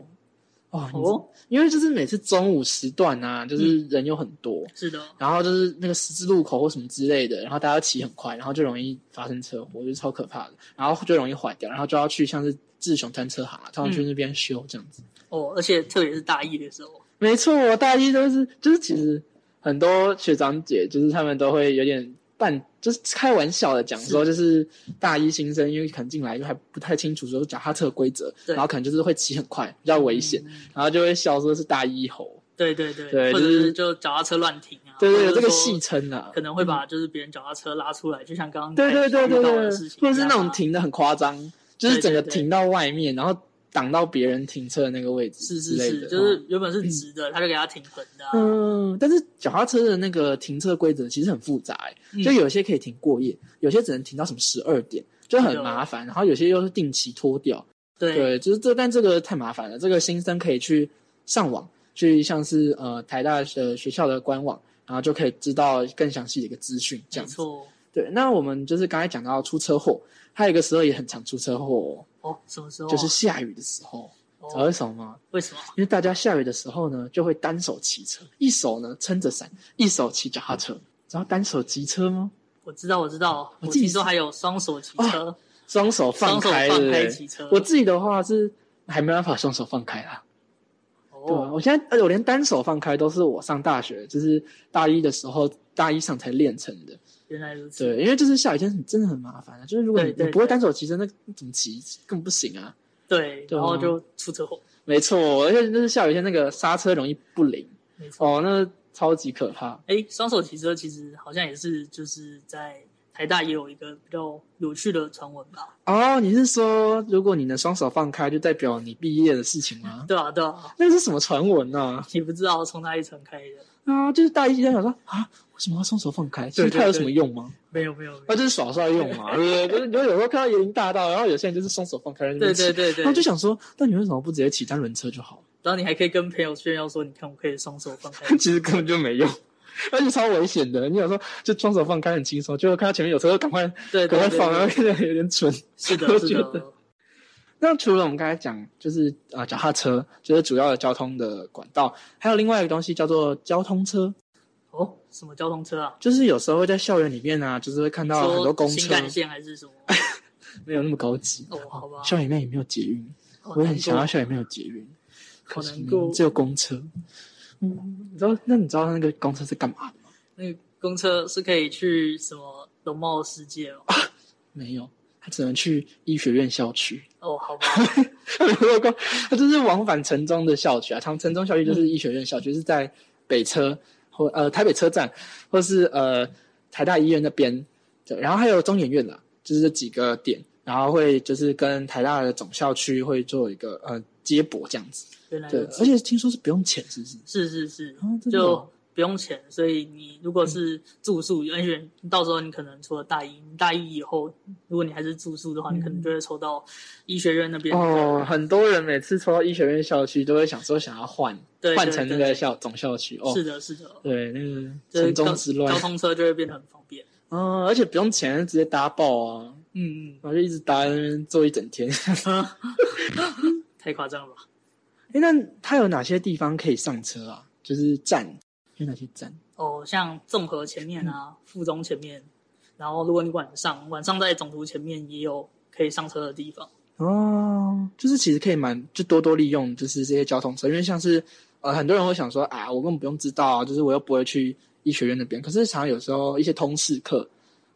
Speaker 1: 哦，你知
Speaker 2: 哦，嗯
Speaker 1: 因为就是每次中午时段啊，就是人有很多，
Speaker 2: 是的，哦
Speaker 1: 然后就是那个十字路口或什么之类的，然后大家骑很快，然后就容易发生车祸，就是超可怕的，然后就容易坏掉，然后就要去像是志雄单车行啊，他们
Speaker 2: 嗯
Speaker 1: 去那边修这样子。
Speaker 2: 哦，而且特别是大一的时候，
Speaker 1: 没错，我大一都是就是其实很多学长姐就是他们都会有点半就是开玩笑的讲说，就是大一新生因为可能进来就还不太清楚说脚踏车的规则，
Speaker 2: 对
Speaker 1: 然后可能就是会骑很快，比较危险，
Speaker 2: 嗯哦
Speaker 1: 然后就会笑说是大一猴，
Speaker 2: 对对对，
Speaker 1: 对
Speaker 2: 或者
Speaker 1: 就是
Speaker 2: 是就脚踏车乱停啊，
Speaker 1: 对对，
Speaker 2: 或
Speaker 1: 有
Speaker 2: 者
Speaker 1: 这个
Speaker 2: 说
Speaker 1: 戏称啊。
Speaker 2: 可能会把就是别人脚踏车拉出来，就像刚刚
Speaker 1: 对对对对
Speaker 2: 遇到
Speaker 1: 对，
Speaker 2: 的事情一
Speaker 1: 或
Speaker 2: 样啊，
Speaker 1: 者是那种停的很夸张，就是整个
Speaker 2: 对对对
Speaker 1: 停到外面，然后挡到别人停车的那个位置，
Speaker 2: 是是
Speaker 1: 类
Speaker 2: 是，
Speaker 1: 的，哦
Speaker 2: 就是原本是直的，他就给他停横的啊，
Speaker 1: 嗯，但是脚踏车的那个停车规则其实很复杂、欸，
Speaker 2: 嗯
Speaker 1: 就有些可以停过夜，有些只能停到什么十二点，就很
Speaker 2: 是的
Speaker 1: 麻烦。然后有些又是定期拖掉，
Speaker 2: 哎对
Speaker 1: 对，就是这，但这个太麻烦了。这个新生可以去上网，去像是呃台大的学校的官网，然后就可以知道更详细的一个资讯，这
Speaker 2: 没
Speaker 1: 样子。
Speaker 2: 错。
Speaker 1: 对，那我们就是刚才讲到出车祸，还有一个时候也很常出车祸、
Speaker 2: 哦，什么时候
Speaker 1: 哦，
Speaker 2: 啊？
Speaker 1: 就是下雨的时候。
Speaker 2: 哦
Speaker 1: 知道为什么吗？
Speaker 2: 为什么？
Speaker 1: 因为大家下雨的时候呢，就会单手骑车，一手呢撑着伞，一手骑脚踏车。然后单手骑车吗？
Speaker 2: 我知道，我知道，
Speaker 1: 我
Speaker 2: 我
Speaker 1: 自己
Speaker 2: 听说还有双手骑车，
Speaker 1: 双手
Speaker 2: 双
Speaker 1: 放
Speaker 2: 手
Speaker 1: 开，对
Speaker 2: 放
Speaker 1: 不
Speaker 2: 开
Speaker 1: 对
Speaker 2: 骑车。
Speaker 1: 我自己的话是还没办法双手放开啦。对啊，
Speaker 2: 哦，
Speaker 1: 我现在呃我连单手放开都是我上大学，就是大一的时候，大一上才练成的。
Speaker 2: 原来如此。
Speaker 1: 对，因为就是下雨天很真的很麻烦啊，就是如果你
Speaker 2: 对对
Speaker 1: 你不会
Speaker 2: 对
Speaker 1: 单手骑车，那怎么骑根本不行啊。
Speaker 2: 对，
Speaker 1: 对啊
Speaker 2: 然后就出车祸，
Speaker 1: 没错，而且就是下雨天那个刹车容易不灵
Speaker 2: 没错。
Speaker 1: 哦，那超级可怕。
Speaker 2: 哎，双手骑车其实好像也是就是在台大也有一个比较有趣的传闻吧？
Speaker 1: 哦，你是说如果你能双手放开，就代表你毕业的事情吗？
Speaker 2: 对啊，对啊，
Speaker 1: 那是什么传闻啊呢？
Speaker 2: 你不知道从哪里传开的？
Speaker 1: 啊，就是大一在想说啊，为什么要双手放开？其实
Speaker 2: 对对
Speaker 1: 它有
Speaker 2: 对
Speaker 1: 什么用吗？
Speaker 2: 没有，没有，没
Speaker 1: 啊，
Speaker 2: 有
Speaker 1: 就是耍帅用嘛，对不对？就是你会有时候看到椰林大道，然后有些人就是双手放开在那边
Speaker 2: 对
Speaker 1: 骑，
Speaker 2: 对对对
Speaker 1: 然后，就想说，那你为什么不直接骑单轮车就好了？，
Speaker 2: 然后你还可以跟朋友炫耀说，你看我可以双手放 开
Speaker 1: 其实根本就没用。而且超危险的，你想说就双手放开很轻松，结果看到前面有车，赶快
Speaker 2: 对
Speaker 1: 赶快
Speaker 2: 对对
Speaker 1: 放，然后
Speaker 2: 对，
Speaker 1: 变得有点蠢。
Speaker 2: 是
Speaker 1: 我
Speaker 2: 的，是
Speaker 1: 觉
Speaker 2: 的
Speaker 1: 得，那除了我们刚才讲，就是啊脚踏车，就是主要的交通的管道，还有另外一个东西叫做交通车，
Speaker 2: 哦，什么交通车啊？
Speaker 1: 就是有时候会在校园里面啊，就是会看到很多
Speaker 2: 说
Speaker 1: 公
Speaker 2: 新
Speaker 1: 车，啊
Speaker 2: 干线还是什么？
Speaker 1: 没有那么高级。
Speaker 2: 哦，好吧，哦
Speaker 1: 校园里面也没有捷运，我也很想要校园没有捷运，
Speaker 2: 好
Speaker 1: 可是
Speaker 2: 难
Speaker 1: 呢
Speaker 2: 过。
Speaker 1: 只有公车。嗯，你知道？那你知道那个公车是干嘛的吗？
Speaker 2: 那个公车是可以去什么容貌世界哦？
Speaker 1: 没有，它只能去医学院校区。
Speaker 2: 哦，好吧，
Speaker 1: 它就是往返城中的校区啊，常城中校区就是医学院校区，是在北车或呃台北车站，或是呃台大医院那边，对，然后还有中研院啦，就是这几个点，然后会就是跟台大的总校区会做一个呃接驳这样子，
Speaker 2: 原来
Speaker 1: 对
Speaker 2: 如，此
Speaker 1: 而且听说是不用钱，是不是？
Speaker 2: 是是是，
Speaker 1: 啊真的
Speaker 2: 就
Speaker 1: 哦嗯
Speaker 2: 不用钱。所以你如果是住宿，而且到时候你可能除了大一，你大一以后，如果你还是住宿的话，你可能就会抽到医学院那边的
Speaker 1: 嗯哦，很多人每次抽到医学院校区，都会想说想要换
Speaker 2: 对
Speaker 1: 换成那
Speaker 2: 对
Speaker 1: 个
Speaker 2: 对
Speaker 1: 校总校区哦
Speaker 2: 是，的，是的，
Speaker 1: 对，那个
Speaker 2: 就是
Speaker 1: 城
Speaker 2: 交
Speaker 1: 中之乱
Speaker 2: 交，通车就会变得很方 便。
Speaker 1: 嗯，而且不用钱，直接搭爆啊。
Speaker 2: 嗯
Speaker 1: 然后就一直搭在那边坐一整天。
Speaker 2: 嗯，太夸张了吧？
Speaker 1: 哎，那它有哪些地方可以上车啊？就是站有哪些站？
Speaker 2: 哦，像综合前面
Speaker 1: 嗯
Speaker 2: 啊，附中前面，然后如果你晚上晚上在总图前面也有可以上车的地方。
Speaker 1: 哦，就是其实可以蛮就多多利用，就是这些交通车，因为像是呃很多人会想说啊，我根本不用知道啊，就是我又不会去医学院那边。可是常常有时候一些通识课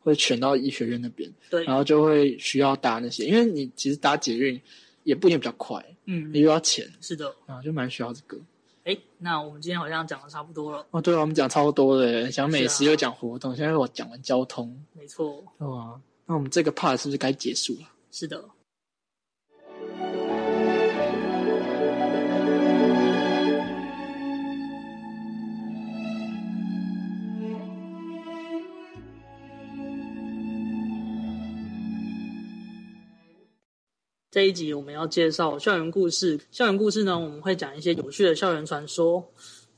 Speaker 1: 会选到医学院那边，
Speaker 2: 对，
Speaker 1: 然后就会需要搭那些，因为你其实搭捷运也不一定比较快，
Speaker 2: 嗯，
Speaker 1: 也又要钱，
Speaker 2: 是的。
Speaker 1: 然后就蛮需要这个。
Speaker 2: 哎，那我们今天好像讲的差不多了，
Speaker 1: 哦，对啊，我们讲超多的，欸讲美食
Speaker 2: 是啊
Speaker 1: 又讲活动，现在我讲完交通。
Speaker 2: 没错，
Speaker 1: 哇，啊那我们这个 part 是不是该结束了？
Speaker 2: 是的。这一集我们要介绍校园故事。校园故事呢，我们会讲一些有趣的校园传说，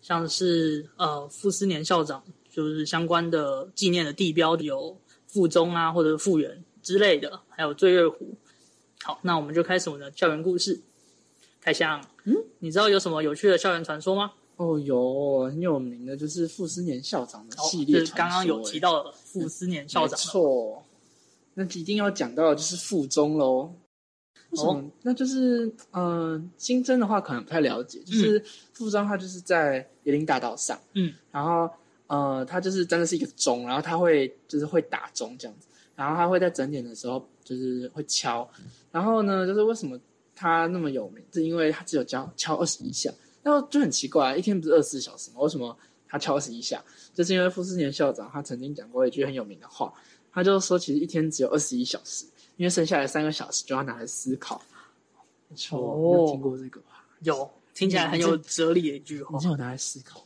Speaker 2: 像是呃傅斯年校长，就是相关的纪念的地标有附中啊或者复原之类的，还有醉月湖。好，那我们就开始我们的校园故事。开箱，嗯，你知道有什么有趣的校园传说吗？
Speaker 1: 哦，有很有名的就是傅斯年校长的
Speaker 2: 哦
Speaker 1: 系
Speaker 2: 就
Speaker 1: 列传
Speaker 2: 是
Speaker 1: 说、
Speaker 2: 刚刚有提
Speaker 1: 哎
Speaker 2: 到的傅斯年校长啊
Speaker 1: 没，错，那一定要讲到的就是附中喽。为什么？那就是嗯、呃，新增的话可能不太了解，就是附中它就是在椰林大道上，
Speaker 2: 嗯，
Speaker 1: 然后呃，它就是真的是一个钟，然后它会就是会打钟这样子，然后它会在整点的时候就是会敲，然后呢，就是为什么它那么有名，是因为它只有敲敲二十一下，那就很奇怪、啊，一天不是二十四小时吗？为什么它敲二十一下？就是因为傅斯年校长他曾经讲过一句很有名的话，他就说其实一天只有二十一小时，因为剩下来三个小时就要拿来思考。哦没错，你有听过这个吧？
Speaker 2: 有听起来很有哲理的一句话
Speaker 1: 你。是有拿来思考吗？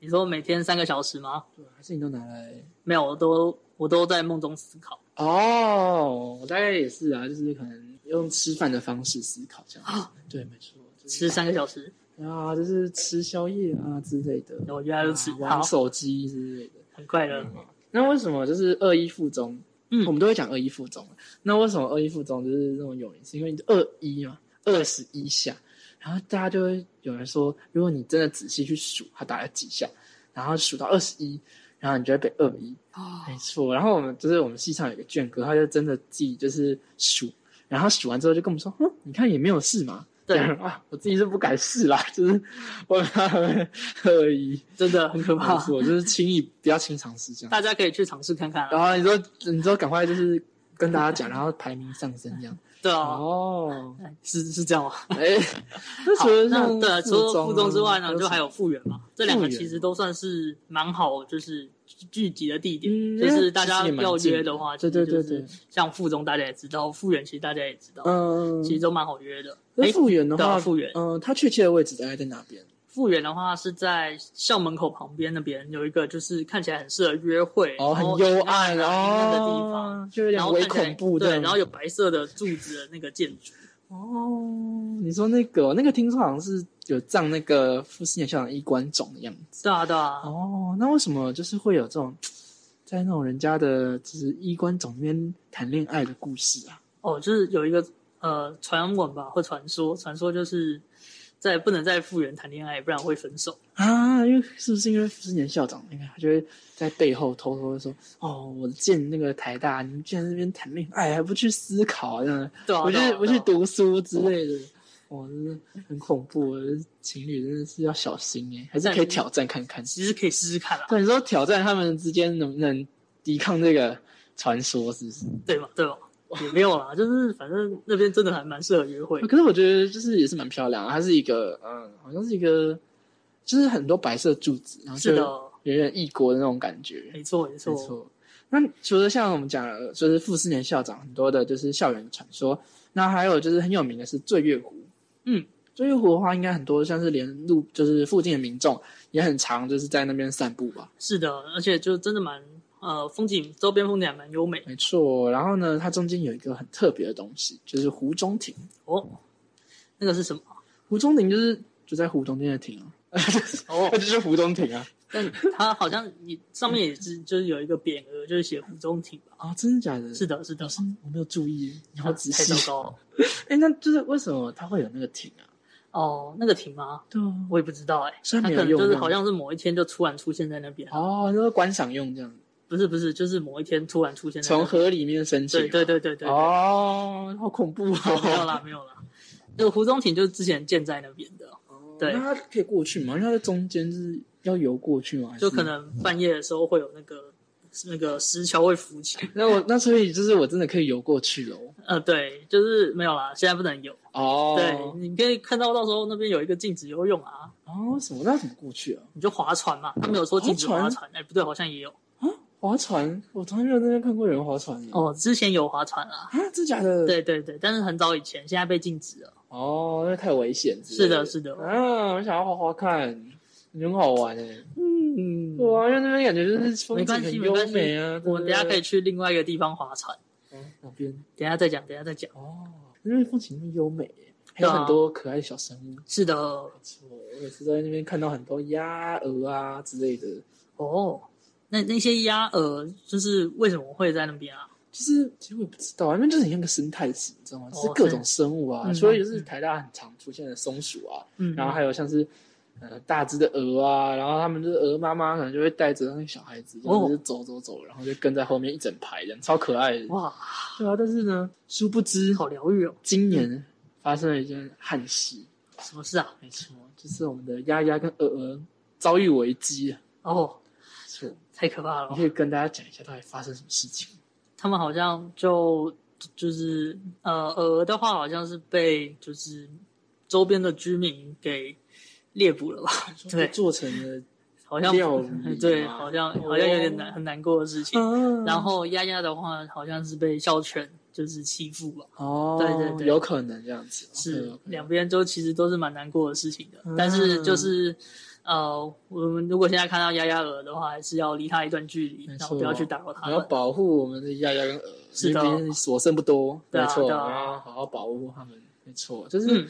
Speaker 2: 你说每天三个小时吗？
Speaker 1: 对，啊还是你都拿来？
Speaker 2: 没有，我都我都在梦中思考。
Speaker 1: 哦，我大概也是啊，就是可能用吃饭的方式思考这样子。对，没错，就是
Speaker 2: 吃三个小时，
Speaker 1: 啊，就是吃宵夜啊之类的，
Speaker 2: 我原来如此
Speaker 1: 啊，
Speaker 2: 好
Speaker 1: 玩，手机之类的。
Speaker 2: 很快乐。
Speaker 1: 那为什么就是二一附中？
Speaker 2: 嗯
Speaker 1: 我们都会讲二一附中。那为什么二一附中就是那么有名？是因为二一嘛，二十一下。然后大家就会有人说，如果你真的仔细去数，他打了几下，然后数到二十一，然后你就会被二一。
Speaker 2: 哦
Speaker 1: 没错。然后我们就是我们系上有一个卷哥，他就真的自己就是数，然后数完之后就跟我们说，嗯，你看也没有事嘛。
Speaker 2: 对
Speaker 1: 然后啊，我自己是不敢试啦，就是我怕会 二一，
Speaker 2: 真的很可
Speaker 1: 没
Speaker 2: 怕。
Speaker 1: 错，就是轻易不要轻尝试这样。
Speaker 2: 大家可以去尝试看看
Speaker 1: 然
Speaker 2: 啊。
Speaker 1: 后你说，你说赶快就是跟大家讲，然后排名上升这样。
Speaker 2: 对啊，
Speaker 1: 哦，
Speaker 2: 哎是是这样吗？
Speaker 1: 哎，那除了
Speaker 2: 那
Speaker 1: 像
Speaker 2: 对啊，除了附
Speaker 1: 附
Speaker 2: 中
Speaker 1: 中
Speaker 2: 之外呢，就还
Speaker 1: 有
Speaker 2: 有复原嘛。这两个
Speaker 1: 复原
Speaker 2: 其实都算是蛮好，就是聚集的地点，
Speaker 1: 嗯
Speaker 2: 就是大
Speaker 1: 其
Speaker 2: 家
Speaker 1: 实也蛮
Speaker 2: 要
Speaker 1: 近的
Speaker 2: 约的话，
Speaker 1: 对对
Speaker 2: 其实
Speaker 1: 对
Speaker 2: 就
Speaker 1: 对
Speaker 2: 是像附中大家也知道，复原其实大家也知道，
Speaker 1: 嗯，
Speaker 2: 其实都蛮好约的。
Speaker 1: 那
Speaker 2: 哎，
Speaker 1: 复原的
Speaker 2: 对啊，
Speaker 1: 话，
Speaker 2: 复原，
Speaker 1: 嗯，它确切的位置大概在哪边？
Speaker 2: 复原的话是在校门口旁边那边有一个，就是看起来很适合约会，
Speaker 1: 哦，很
Speaker 2: 然后
Speaker 1: 幽暗
Speaker 2: 阴暗的地方，
Speaker 1: 哦，就有
Speaker 2: 然
Speaker 1: 点
Speaker 2: 后
Speaker 1: 微
Speaker 2: 看起来
Speaker 1: 恐怖
Speaker 2: 对
Speaker 1: 这，样
Speaker 2: 然后有白色的柱子的那个建筑，
Speaker 1: 哦，你说那个那个，听说好像是有葬那个傅斯年校长衣冠冢的样子。
Speaker 2: 对啊对啊，
Speaker 1: 哦，那为什么就是会有这种在那种人家的就是衣冠冢那边谈恋爱的故事啊？
Speaker 2: 哦，就是有一个呃传闻吧，或传说，传说就是在不能在复原谈恋爱，不然会分手。
Speaker 1: 啊，因为是不是因为傅斯年校长那个，他就会在背后偷偷的说：“哦，我见那个台大，你们竟然在那边谈恋爱，还不去思考啊，这样
Speaker 2: 对啊，
Speaker 1: 不去
Speaker 2: 对啊
Speaker 1: 不去，
Speaker 2: 对啊
Speaker 1: 读书之类的。”哇，真的很恐怖，情侣真的是要小心哎，还是可以挑战看看。
Speaker 2: 其实可以试试看啦，
Speaker 1: 对，你说挑战他们之间能不能抵抗这个传说，是不是？
Speaker 2: 对吧？对吧？也没有啦，就是反正那边真的还蛮适合约会的。
Speaker 1: 可是我觉得就是也是蛮漂亮啊，它是一个嗯，好像是一个，就是很多白色柱子，然后就是
Speaker 2: 的，哦
Speaker 1: 有点异国的那种感觉。
Speaker 2: 没错，没
Speaker 1: 没
Speaker 2: 错，
Speaker 1: 错。那除了像我们讲的，就是傅斯年校长很多的，就是校园传说。那还有就是很有名的是醉月湖，
Speaker 2: 嗯，
Speaker 1: 醉月湖的话，应该很多像是连路，就是附近的民众也很常就是在那边散步吧。
Speaker 2: 是的，而且就真的蛮呃，风景周边风景还蛮优美的
Speaker 1: 没错。然后呢，它中间有一个很特别的东西，就是湖中亭。
Speaker 2: 哦。那个是什么？
Speaker 1: 湖中亭就是就在湖中间的亭啊，
Speaker 2: 哦
Speaker 1: 那，就是湖中亭啊。
Speaker 2: 但它好像也上面也是就是有一个匾额，就是写湖中亭吧。
Speaker 1: 啊，真的假的？
Speaker 2: 是的，是的，
Speaker 1: 我没有注意，你好仔细
Speaker 2: 太。糟糕了。
Speaker 1: 哎，那就是为什么它会有那个亭啊？
Speaker 2: 哦，那个亭吗？
Speaker 1: 对啊，
Speaker 2: 我也不知道哎、
Speaker 1: 虽
Speaker 2: 它
Speaker 1: 然没
Speaker 2: 可
Speaker 1: 有用
Speaker 2: 能就是
Speaker 1: 吗
Speaker 2: 好像是某一天就突然出现在那边，
Speaker 1: 哦，就是观赏用这样子。
Speaker 2: 不是不是，就是某一天突然出现在那
Speaker 1: 从
Speaker 2: 边。
Speaker 1: 河里面升起。
Speaker 2: 对对对对对，
Speaker 1: 哦，好恐怖
Speaker 2: 对没有
Speaker 1: 哦！
Speaker 2: 啦没有啦，那个湖中亭就是之前建在那边的，对
Speaker 1: 那它可以过去吗？因为它在中间是要游过去吗？还是
Speaker 2: 就可。能半夜的时候会有那个那个石桥会浮起来。
Speaker 1: 那我那所以就是我真的可以游过去喽。
Speaker 2: 呃，对，就是没有啦，现在不能游。
Speaker 1: 哦，
Speaker 2: 对，你可以看到到时候那边有一个禁止游泳啊，
Speaker 1: 哦，什么？那怎么过去啊？
Speaker 2: 你就划船嘛。他没有说禁止
Speaker 1: 划
Speaker 2: 划
Speaker 1: 船
Speaker 2: 船，哎，不对，好像也有
Speaker 1: 划船？我从来没有在那边看过有人划船耶。
Speaker 2: 哦，之前有划船啦。
Speaker 1: 啊，真假的？。
Speaker 2: 对对对，但是很早以前，现在被禁止了。
Speaker 1: 哦，那太危险之
Speaker 2: 是
Speaker 1: 类。
Speaker 2: 的，是的，
Speaker 1: 啊，我想要划划看，很好玩哎。
Speaker 2: 嗯，
Speaker 1: 对啊，因为那边感觉就是风
Speaker 2: 没
Speaker 1: 景
Speaker 2: 关
Speaker 1: 很
Speaker 2: 系，没
Speaker 1: 优
Speaker 2: 关系
Speaker 1: 美啊。对
Speaker 2: 我
Speaker 1: 不
Speaker 2: 等
Speaker 1: 对
Speaker 2: 一下可以去另外一个地方划船，
Speaker 1: 哦哪边？
Speaker 2: 等一下再讲，等一下再讲。
Speaker 1: 哦，那边风景那么优美耶，还有
Speaker 2: 对啊
Speaker 1: 很多可爱的小生物。
Speaker 2: 是的，
Speaker 1: 我每次在那边看到很多鸭、鹅啊之类的，
Speaker 2: 哦，那那些鸭鹅就是为什么会在那边啊？
Speaker 1: 就是其实我也不知道，因为就是很像个生态池，你知道吗？
Speaker 2: 哦
Speaker 1: 就是各种生物啊，
Speaker 2: 是嗯
Speaker 1: 所以就是台大很常出现的松鼠啊，
Speaker 2: 嗯，
Speaker 1: 然后还有像是呃大只的鹅啊，然后他们就是鹅妈妈可能就会带着那个小孩子，
Speaker 2: 哦
Speaker 1: 就是走走走，然后就跟在后面一整排这样，超可爱的。
Speaker 2: 哇，
Speaker 1: 对啊，但是呢，殊不知
Speaker 2: 好疗愈哦。
Speaker 1: 今年发生了一件憾事，
Speaker 2: 什么事啊？
Speaker 1: 没错，就是我们的鸭鸭跟鹅鹅遭遇危机啊，
Speaker 2: 哦，
Speaker 1: 没错。
Speaker 2: 太可怕了
Speaker 1: 你
Speaker 2: 哦
Speaker 1: 可！以跟大家讲一下到底发生什么事情？
Speaker 2: 他们好像就就是呃，鹅的话好像是被就是周边的居民给猎捕了吧？对
Speaker 1: 做成了
Speaker 2: 好像
Speaker 1: 料理
Speaker 2: 对，
Speaker 1: 吗
Speaker 2: 好像
Speaker 1: 哦
Speaker 2: 好像有点难很难过的事情。
Speaker 1: 嗯
Speaker 2: 然后丫丫的话，好像是被校犬就是欺负吧，
Speaker 1: 哦，
Speaker 2: 对对对
Speaker 1: 有可能这样子，哦
Speaker 2: 是
Speaker 1: OK，OK
Speaker 2: 两边都其实都是蛮难过的事情的。
Speaker 1: 嗯
Speaker 2: 但是就是呃，我们如果现在看到丫丫鹅的话，还是要离它一段距离，
Speaker 1: 没
Speaker 2: 然
Speaker 1: 错
Speaker 2: 后不要去打扰它
Speaker 1: 还要
Speaker 2: 们。
Speaker 1: 保护我们的鸭鸭跟鹅，
Speaker 2: 是的
Speaker 1: 因为毕竟所剩不多，
Speaker 2: 对啊
Speaker 1: 没错，
Speaker 2: 对
Speaker 1: 然后
Speaker 2: 啊
Speaker 1: 好好保护他们，没错，就是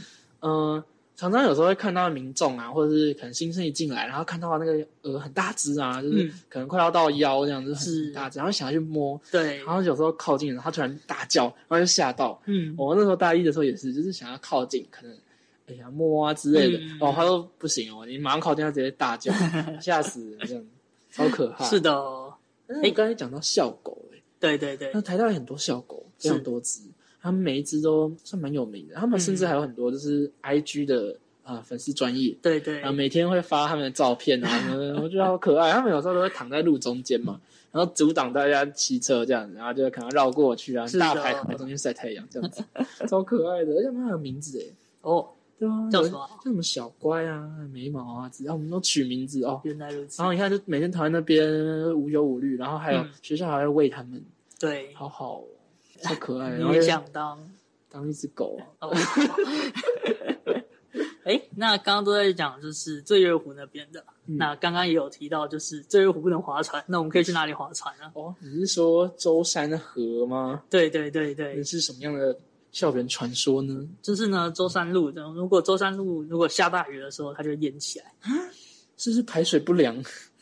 Speaker 2: 嗯，
Speaker 1: 嗯。常常有时候会看到民众啊，或者是可能新生一进来，然后看到那个鹅很大只啊，就是
Speaker 2: 嗯
Speaker 1: 可能快要到腰这样子，
Speaker 2: 是
Speaker 1: 很大只，然后想要去摸，
Speaker 2: 对
Speaker 1: 然，后有时候靠近了，它突然大叫，然后就吓到，
Speaker 2: 嗯，
Speaker 1: 我那时候大一的时候也是，就是想要靠近，可能哎呀摸啊之类的，
Speaker 2: 嗯
Speaker 1: 哦，他说不行哦，你马上靠近，他直接大 叫，吓死人这样，超可怕。
Speaker 2: 是
Speaker 1: 的，
Speaker 2: 的，哦
Speaker 1: 哎，刚才讲到校狗、哎，
Speaker 2: 对对对
Speaker 1: 那，台大有很多校狗，非
Speaker 2: 是
Speaker 1: 常多只，他们每一只都算蛮有名的，他们甚至
Speaker 2: 嗯
Speaker 1: 还有很多就是 IG 的啊、呃粉丝专业。
Speaker 2: 对对
Speaker 1: 然呃后每天会发他们的照片啊什么 的，我觉得好可爱。他们有时候都会躺在路中间嘛，然后阻挡大家骑车这样子，然后就可能绕过去啊，
Speaker 2: 是的
Speaker 1: 大排躺在中间晒太阳这样 子，超可爱的。而且他们还有名字诶，
Speaker 2: 哦，
Speaker 1: 对啊，
Speaker 2: 叫
Speaker 1: 有
Speaker 2: 什么啊
Speaker 1: 叫什么小乖啊、眉毛啊，只要我们都取名字哦。
Speaker 2: 原来如此
Speaker 1: 然，后你看，就每天躺在那边无忧无虑，然后还有
Speaker 2: 嗯
Speaker 1: 学校还会喂他们，
Speaker 2: 对，
Speaker 1: 好好哦，超可 爱。
Speaker 2: 你
Speaker 1: 然后
Speaker 2: 也想当
Speaker 1: 当一只狗啊，
Speaker 2: 哦。 哎，那刚刚都在讲就是醉月湖那边的，
Speaker 1: 嗯
Speaker 2: 那刚刚也有提到，就是醉月湖不能划船，那我们可以去哪里划船呢？
Speaker 1: 哦，你是说舟山河吗？
Speaker 2: 对对对对
Speaker 1: 你，是什么样的校园传说呢？
Speaker 2: 就是呢，舟山路，如果舟山路如果下大雨的时候，它就会淹起来，
Speaker 1: 是不是排水不良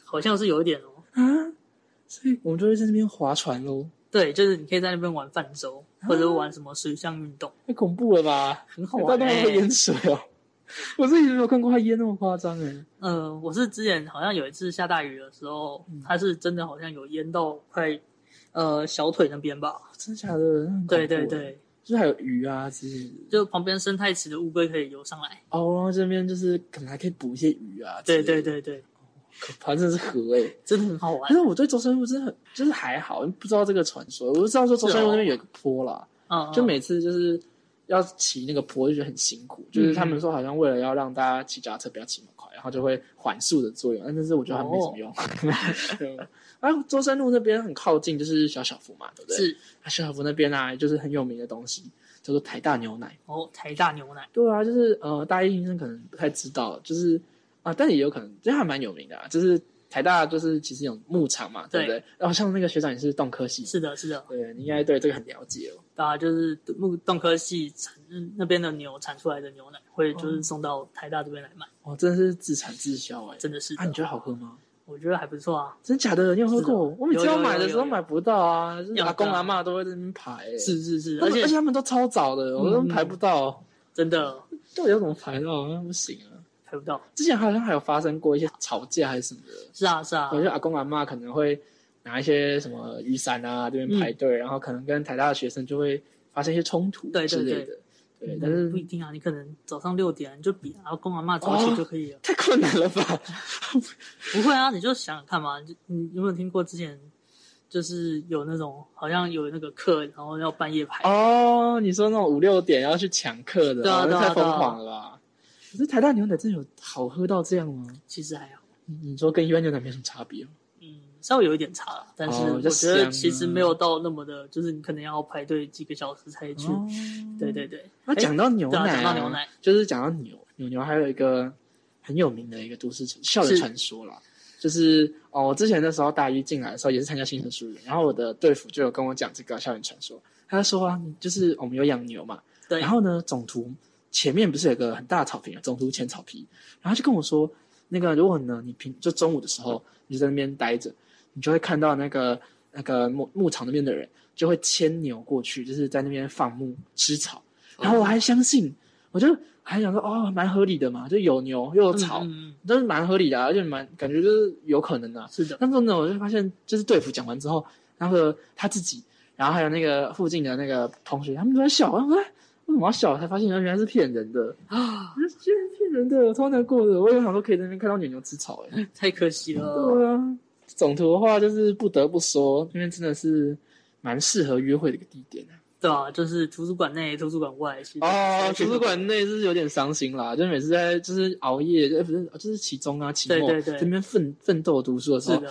Speaker 2: 好像是有一点哦。
Speaker 1: 啊？所以我们就会在那边划船喽，
Speaker 2: 对，就是你可以在那边玩泛舟，或者玩什么水上运动，
Speaker 1: 太恐怖了吧？
Speaker 2: 很好玩、
Speaker 1: 大家会
Speaker 2: 欸。
Speaker 1: 淹水哦、 我自己没有看过它淹那么夸张哎。
Speaker 2: 呃，我是之前好像有一次下大雨的时候，它是真的好像有淹到快呃小腿那边吧。
Speaker 1: 哦真的假的？那很恐怖欸
Speaker 2: 对对，对，
Speaker 1: 就是还有鱼啊之类的。
Speaker 2: 就旁边生态池的乌龟可以游上来。
Speaker 1: 哦，然后这边就是可能还可以捕一些鱼啊。
Speaker 2: 对对，对对，
Speaker 1: 可怕，真的是河诶、
Speaker 2: 真的很好
Speaker 1: 可
Speaker 2: 玩。
Speaker 1: 是我对周生路真的很就是还好，不知道这个传说，我就知道说周生路那边有一个坡啦，
Speaker 2: 嗯，
Speaker 1: 就每次就是要骑那个坡就觉得很辛苦，就是他们说好像为了要让大家骑脚踏车不要骑那么快，然后就会缓速的作用，但是我觉得它没什么用。 对然后周山路那边很靠近就是小小福嘛，对不对？
Speaker 2: 是
Speaker 1: 啊，小小福那边啊，就是很有名的东西叫做台大牛奶。
Speaker 2: 哦，台大牛奶
Speaker 1: 对啊，就是呃，大一新生可能不太知道，就是啊，但也有可能，这还蛮有名的啊。就是台大就是其实有牧场嘛，对不对？然后像那个学长也是动科系，
Speaker 2: 是的，是的，
Speaker 1: 对，你应该对这个很了解哦。
Speaker 2: 大家就是木动科系产嗯那边的牛产出来的牛奶，会就是送到台大这边来卖，
Speaker 1: 哦，真的是自产自销哎、
Speaker 2: 真的是的
Speaker 1: 啊，你觉得好喝吗？
Speaker 2: 我觉得还不错啊。
Speaker 1: 真假的？你有喝
Speaker 2: 是的
Speaker 1: 过？我每次
Speaker 2: 有
Speaker 1: 要
Speaker 2: 有
Speaker 1: 买的
Speaker 2: 有
Speaker 1: 时候
Speaker 2: 有
Speaker 1: 买不到啊，就是
Speaker 2: 有
Speaker 1: 阿公
Speaker 2: 的
Speaker 1: 阿嬷都会在那边排、欸，
Speaker 2: 是是是，
Speaker 1: 他们，
Speaker 2: 而
Speaker 1: 而
Speaker 2: 且
Speaker 1: 且他们都超早的，我都
Speaker 2: 嗯
Speaker 1: 排不到，
Speaker 2: 真的
Speaker 1: 到底要怎么排到？那不行啊！
Speaker 2: 拍不到。
Speaker 1: 之前好像还有发生过一些吵架还是什么的，
Speaker 2: 是啊是啊，
Speaker 1: 我觉得阿公阿妈可能会拿一些什么雨伞啊这边排队，然后可能跟台大的学生就会发生一些冲突
Speaker 2: 嗯对对
Speaker 1: 之类的。对但
Speaker 2: 不一
Speaker 1: 是
Speaker 2: 定啊，你可能早上六点就比啊阿公阿妈早起就可以了。
Speaker 1: 太困难了吧？
Speaker 2: 不会啊，你就想想看嘛，就你有没有听过之前就是有那种好像有那个课，然后要半夜排，
Speaker 1: 哦，你说那种五六点要去抢课的，
Speaker 2: 对啊
Speaker 1: 哦
Speaker 2: 对啊
Speaker 1: 太疯
Speaker 2: 对啊
Speaker 1: 狂了吧？可是台大牛奶真的有好喝到这样吗？
Speaker 2: 其实还好，
Speaker 1: 你你说跟一般牛奶没什么差别吗？
Speaker 2: 嗯，稍微有一点差了，但是
Speaker 1: 哦
Speaker 2: 我
Speaker 1: 就
Speaker 2: 觉得
Speaker 1: 香
Speaker 2: 其实
Speaker 1: 啊
Speaker 2: 没有到那么的，就是你可能要排队几个小时才去。
Speaker 1: 哦
Speaker 2: 对对对，
Speaker 1: 那讲到牛奶、
Speaker 2: 对啊讲到牛奶，
Speaker 1: 就是讲到牛牛牛，还有一个很有名的一个都市传校园传说啦，就是哦，我之前那时候大一进来的时候也是参加新城书院，然后我的队服就有跟我讲这个校园传说，他就说啊，就是我们有养牛嘛，
Speaker 2: 对
Speaker 1: 然后呢，总图前面不是有个很大的草坪啊，总图前草皮，然后就跟我说，那个如果呢，你平就中午的时候你就在那边待着，你就会看到那个那个牧牧场那边的人就会牵牛过去，就是在那边放牧吃草，然后我还相信，我就还想说哦，蛮合理的嘛，就有牛又有草，
Speaker 2: 嗯嗯嗯
Speaker 1: 都是蛮合理的、啊，而且蛮感觉就是有可能的、啊。
Speaker 2: 是的，
Speaker 1: 但是呢，我就发现，就是队服讲完之后，然后他自己，然后还有那个附近的那个同学，他们都在笑，我说哎为什么要笑？才发现原来是骗人的，
Speaker 2: 啊，
Speaker 1: 原来是骗人的，超难过的。我也想说可以在那边看到牛牛吃草、哎，
Speaker 2: 太可惜了。
Speaker 1: 对啊。总图的话，就是不得不说，那边真的是蛮适合约会的一个地点啊。
Speaker 2: 对啊，就是图书馆内、图书馆外，其实
Speaker 1: 哦，图书馆内是有点伤心啦，就是每次在就是熬夜，呃，不是就是期中啊、期末
Speaker 2: 对对对
Speaker 1: 这边奋奋斗读书的时
Speaker 2: 是
Speaker 1: 候，
Speaker 2: 的，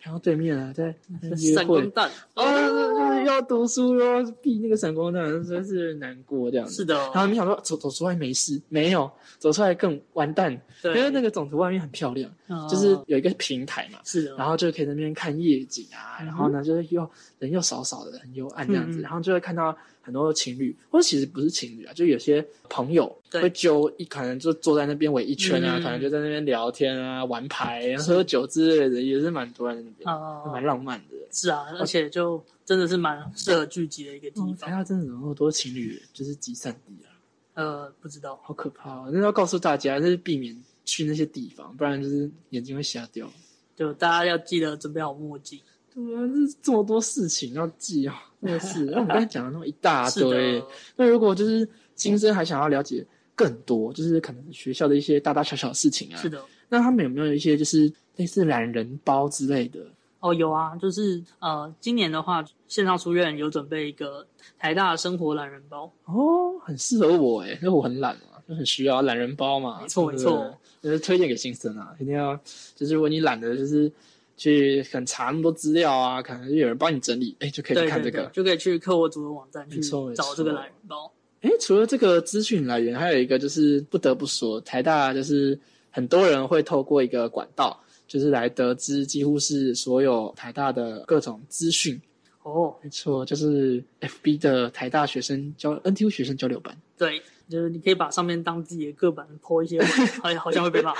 Speaker 1: 然后对面啊在在约
Speaker 2: 闪光
Speaker 1: 会，
Speaker 2: 弹
Speaker 1: 哦，就是要读书哟，避那个闪光弹，真的是难过这样
Speaker 2: 是
Speaker 1: 子。
Speaker 2: 的，
Speaker 1: 然后你想说走走出来没事，没有走出来更完蛋，因
Speaker 2: 对，
Speaker 1: 为那个总图外面很漂亮，
Speaker 2: 个
Speaker 1: 就是有一个平台嘛，
Speaker 2: 是的，
Speaker 1: 然后就可以在那边看夜景啊，
Speaker 2: 嗯哼
Speaker 1: 然后呢，就是又人又少少的，很幽暗这样子，
Speaker 2: 嗯嗯
Speaker 1: 然后就会看到很多情侣，或者其实不是情侣啊，就有些朋友
Speaker 2: 对
Speaker 1: 会揪一，可能就坐在那边围一圈啊，
Speaker 2: 嗯
Speaker 1: 可能就在那边聊天啊、玩牌、
Speaker 2: 是
Speaker 1: 喝酒之类的，也是蛮多人在那边，
Speaker 2: 啊
Speaker 1: 蛮浪漫的。
Speaker 2: 是啊，而且就真的是蛮适合聚集的一个地
Speaker 1: 嗯，台
Speaker 2: 方。
Speaker 1: 下真的有那么多情侣就是集散地啊，
Speaker 2: 呃，不知道，
Speaker 1: 好可怕、哦！那要告诉大家，就是避免去那些地方，不然就是眼睛会瞎掉。
Speaker 2: 就大家要记得准备好墨镜。
Speaker 1: 对啊，这这么多事情要记啊，真的 是。那我们刚才讲了那么一大
Speaker 2: 是
Speaker 1: 堆
Speaker 2: 的，，
Speaker 1: 那如果就是新生还想要了解更多，就是可能学校的一些大大小小的事情啊，
Speaker 2: 是的。
Speaker 1: 那他们有没有一些就是类似懒人包之类的？
Speaker 2: 哦，有啊，就是呃，今年的话，线上书院有准备一个台大生活懒人包，
Speaker 1: 哦，很适合我诶、因为我很懒啊，就很需要懒人包嘛。
Speaker 2: 没错
Speaker 1: 对不对
Speaker 2: 没错，
Speaker 1: 就是推荐给新生啊，一定要就是如果你懒得就是去很查那么多资料啊，可能就有人帮你整理，哎、就可以
Speaker 2: 对
Speaker 1: 去
Speaker 2: 对
Speaker 1: 看这
Speaker 2: 对，
Speaker 1: 个。
Speaker 2: 就可以去课我组的网站
Speaker 1: 没
Speaker 2: 去
Speaker 1: 错没
Speaker 2: 找这个
Speaker 1: 错
Speaker 2: 懒人包。
Speaker 1: 哎，除了这个资讯来源，还有一个就是不得不说，台大就是很多人会透过一个管道，就是来得知几乎是所有台大的各种资讯。
Speaker 2: 哦，
Speaker 1: 没错，就是 FB 的台大学生交 NTU 学生交流班。
Speaker 2: 对，就是你可以把上面当自己的个板泼一些文，好像好像 会被骂。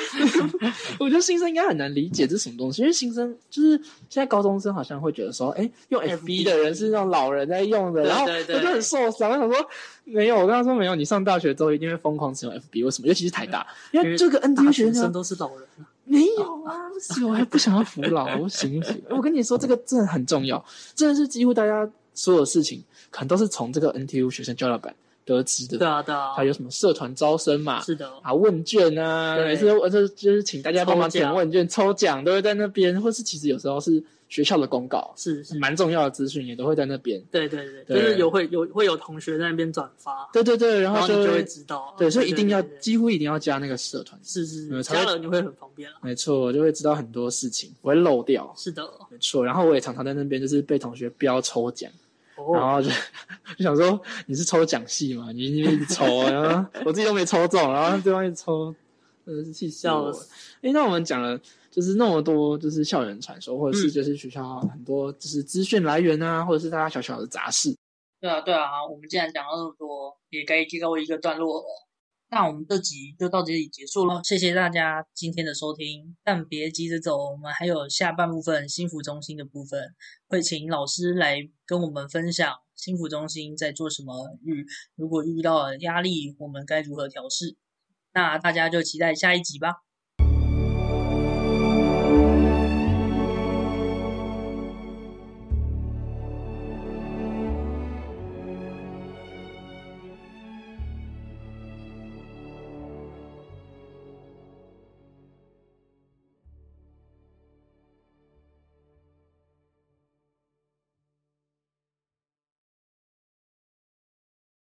Speaker 1: 我觉得新生应该很难理解这是什么东西，因为新生就是现在高中生好像会觉得说，哎，用 FB 的人是那种老人在用的，
Speaker 2: 对
Speaker 1: 然后
Speaker 2: 对对
Speaker 1: 我就很受伤，我想说没有，我跟他说没有，你上大学之后一定会疯狂使用 FB，为什么？尤其是台大，因为这个
Speaker 2: 大
Speaker 1: NTU
Speaker 2: 学
Speaker 1: 学
Speaker 2: 生
Speaker 1: 生
Speaker 2: 都是老人啊，
Speaker 1: 没有啊， 不行，我还不想要服老，不行不行。我跟你说，这个真的很重要，真的是几乎大家所有事情可能都是从这个 NTU 学生交流版得知的。
Speaker 2: 对啊，对啊
Speaker 1: 还，有什么社团招生嘛，
Speaker 2: 是的，哦
Speaker 1: 啊，问卷啊，
Speaker 2: 对
Speaker 1: 每次我就就是请大家帮忙
Speaker 2: 抽奖
Speaker 1: 填问卷、抽奖，都会在那边，或是其实有时候是学校的公告，
Speaker 2: 是是，
Speaker 1: 蛮重要的资讯也都会在那边。
Speaker 2: 对对对，
Speaker 1: 对
Speaker 2: 就是有会有会有同学在那边转发，
Speaker 1: 对对对，然
Speaker 2: 然
Speaker 1: 后
Speaker 2: 你就
Speaker 1: 会
Speaker 2: 会知道，
Speaker 1: 对，所以一定要
Speaker 2: 对对对
Speaker 1: 几乎一定要加那个社团，
Speaker 2: 是是
Speaker 1: 嗯
Speaker 2: 是，
Speaker 1: 才会
Speaker 2: 加了你会很方便了。
Speaker 1: 没错，就会知道很多事情，不会漏掉。
Speaker 2: 是的，哦
Speaker 1: 没错，然后我也常常在那边就是被同学标抽奖，然
Speaker 2: 哦，
Speaker 1: 后就就想说你是抽奖系嘛，你你一直抽，啊然 后我自己都没抽中，然后对方一直抽，真的是气死
Speaker 2: 笑
Speaker 1: 我。
Speaker 2: 死，
Speaker 1: 哎，那我们讲了就是那么多，就是校园传说，或者是
Speaker 2: 嗯
Speaker 1: 就是学校很多就是资讯来源啊，或者是大大小小的杂事。
Speaker 2: 对啊，对啊，我们既然讲了那么多，也该告一个段落了。那我们这集就到这里结束了，谢谢大家今天的收听。但别急着走，我们还有下半部分心服中心的部分，会请老师来跟我们分享心服中心在做什么，遇如果遇到了压力，我们该如何调试。那大家就期待下一集吧。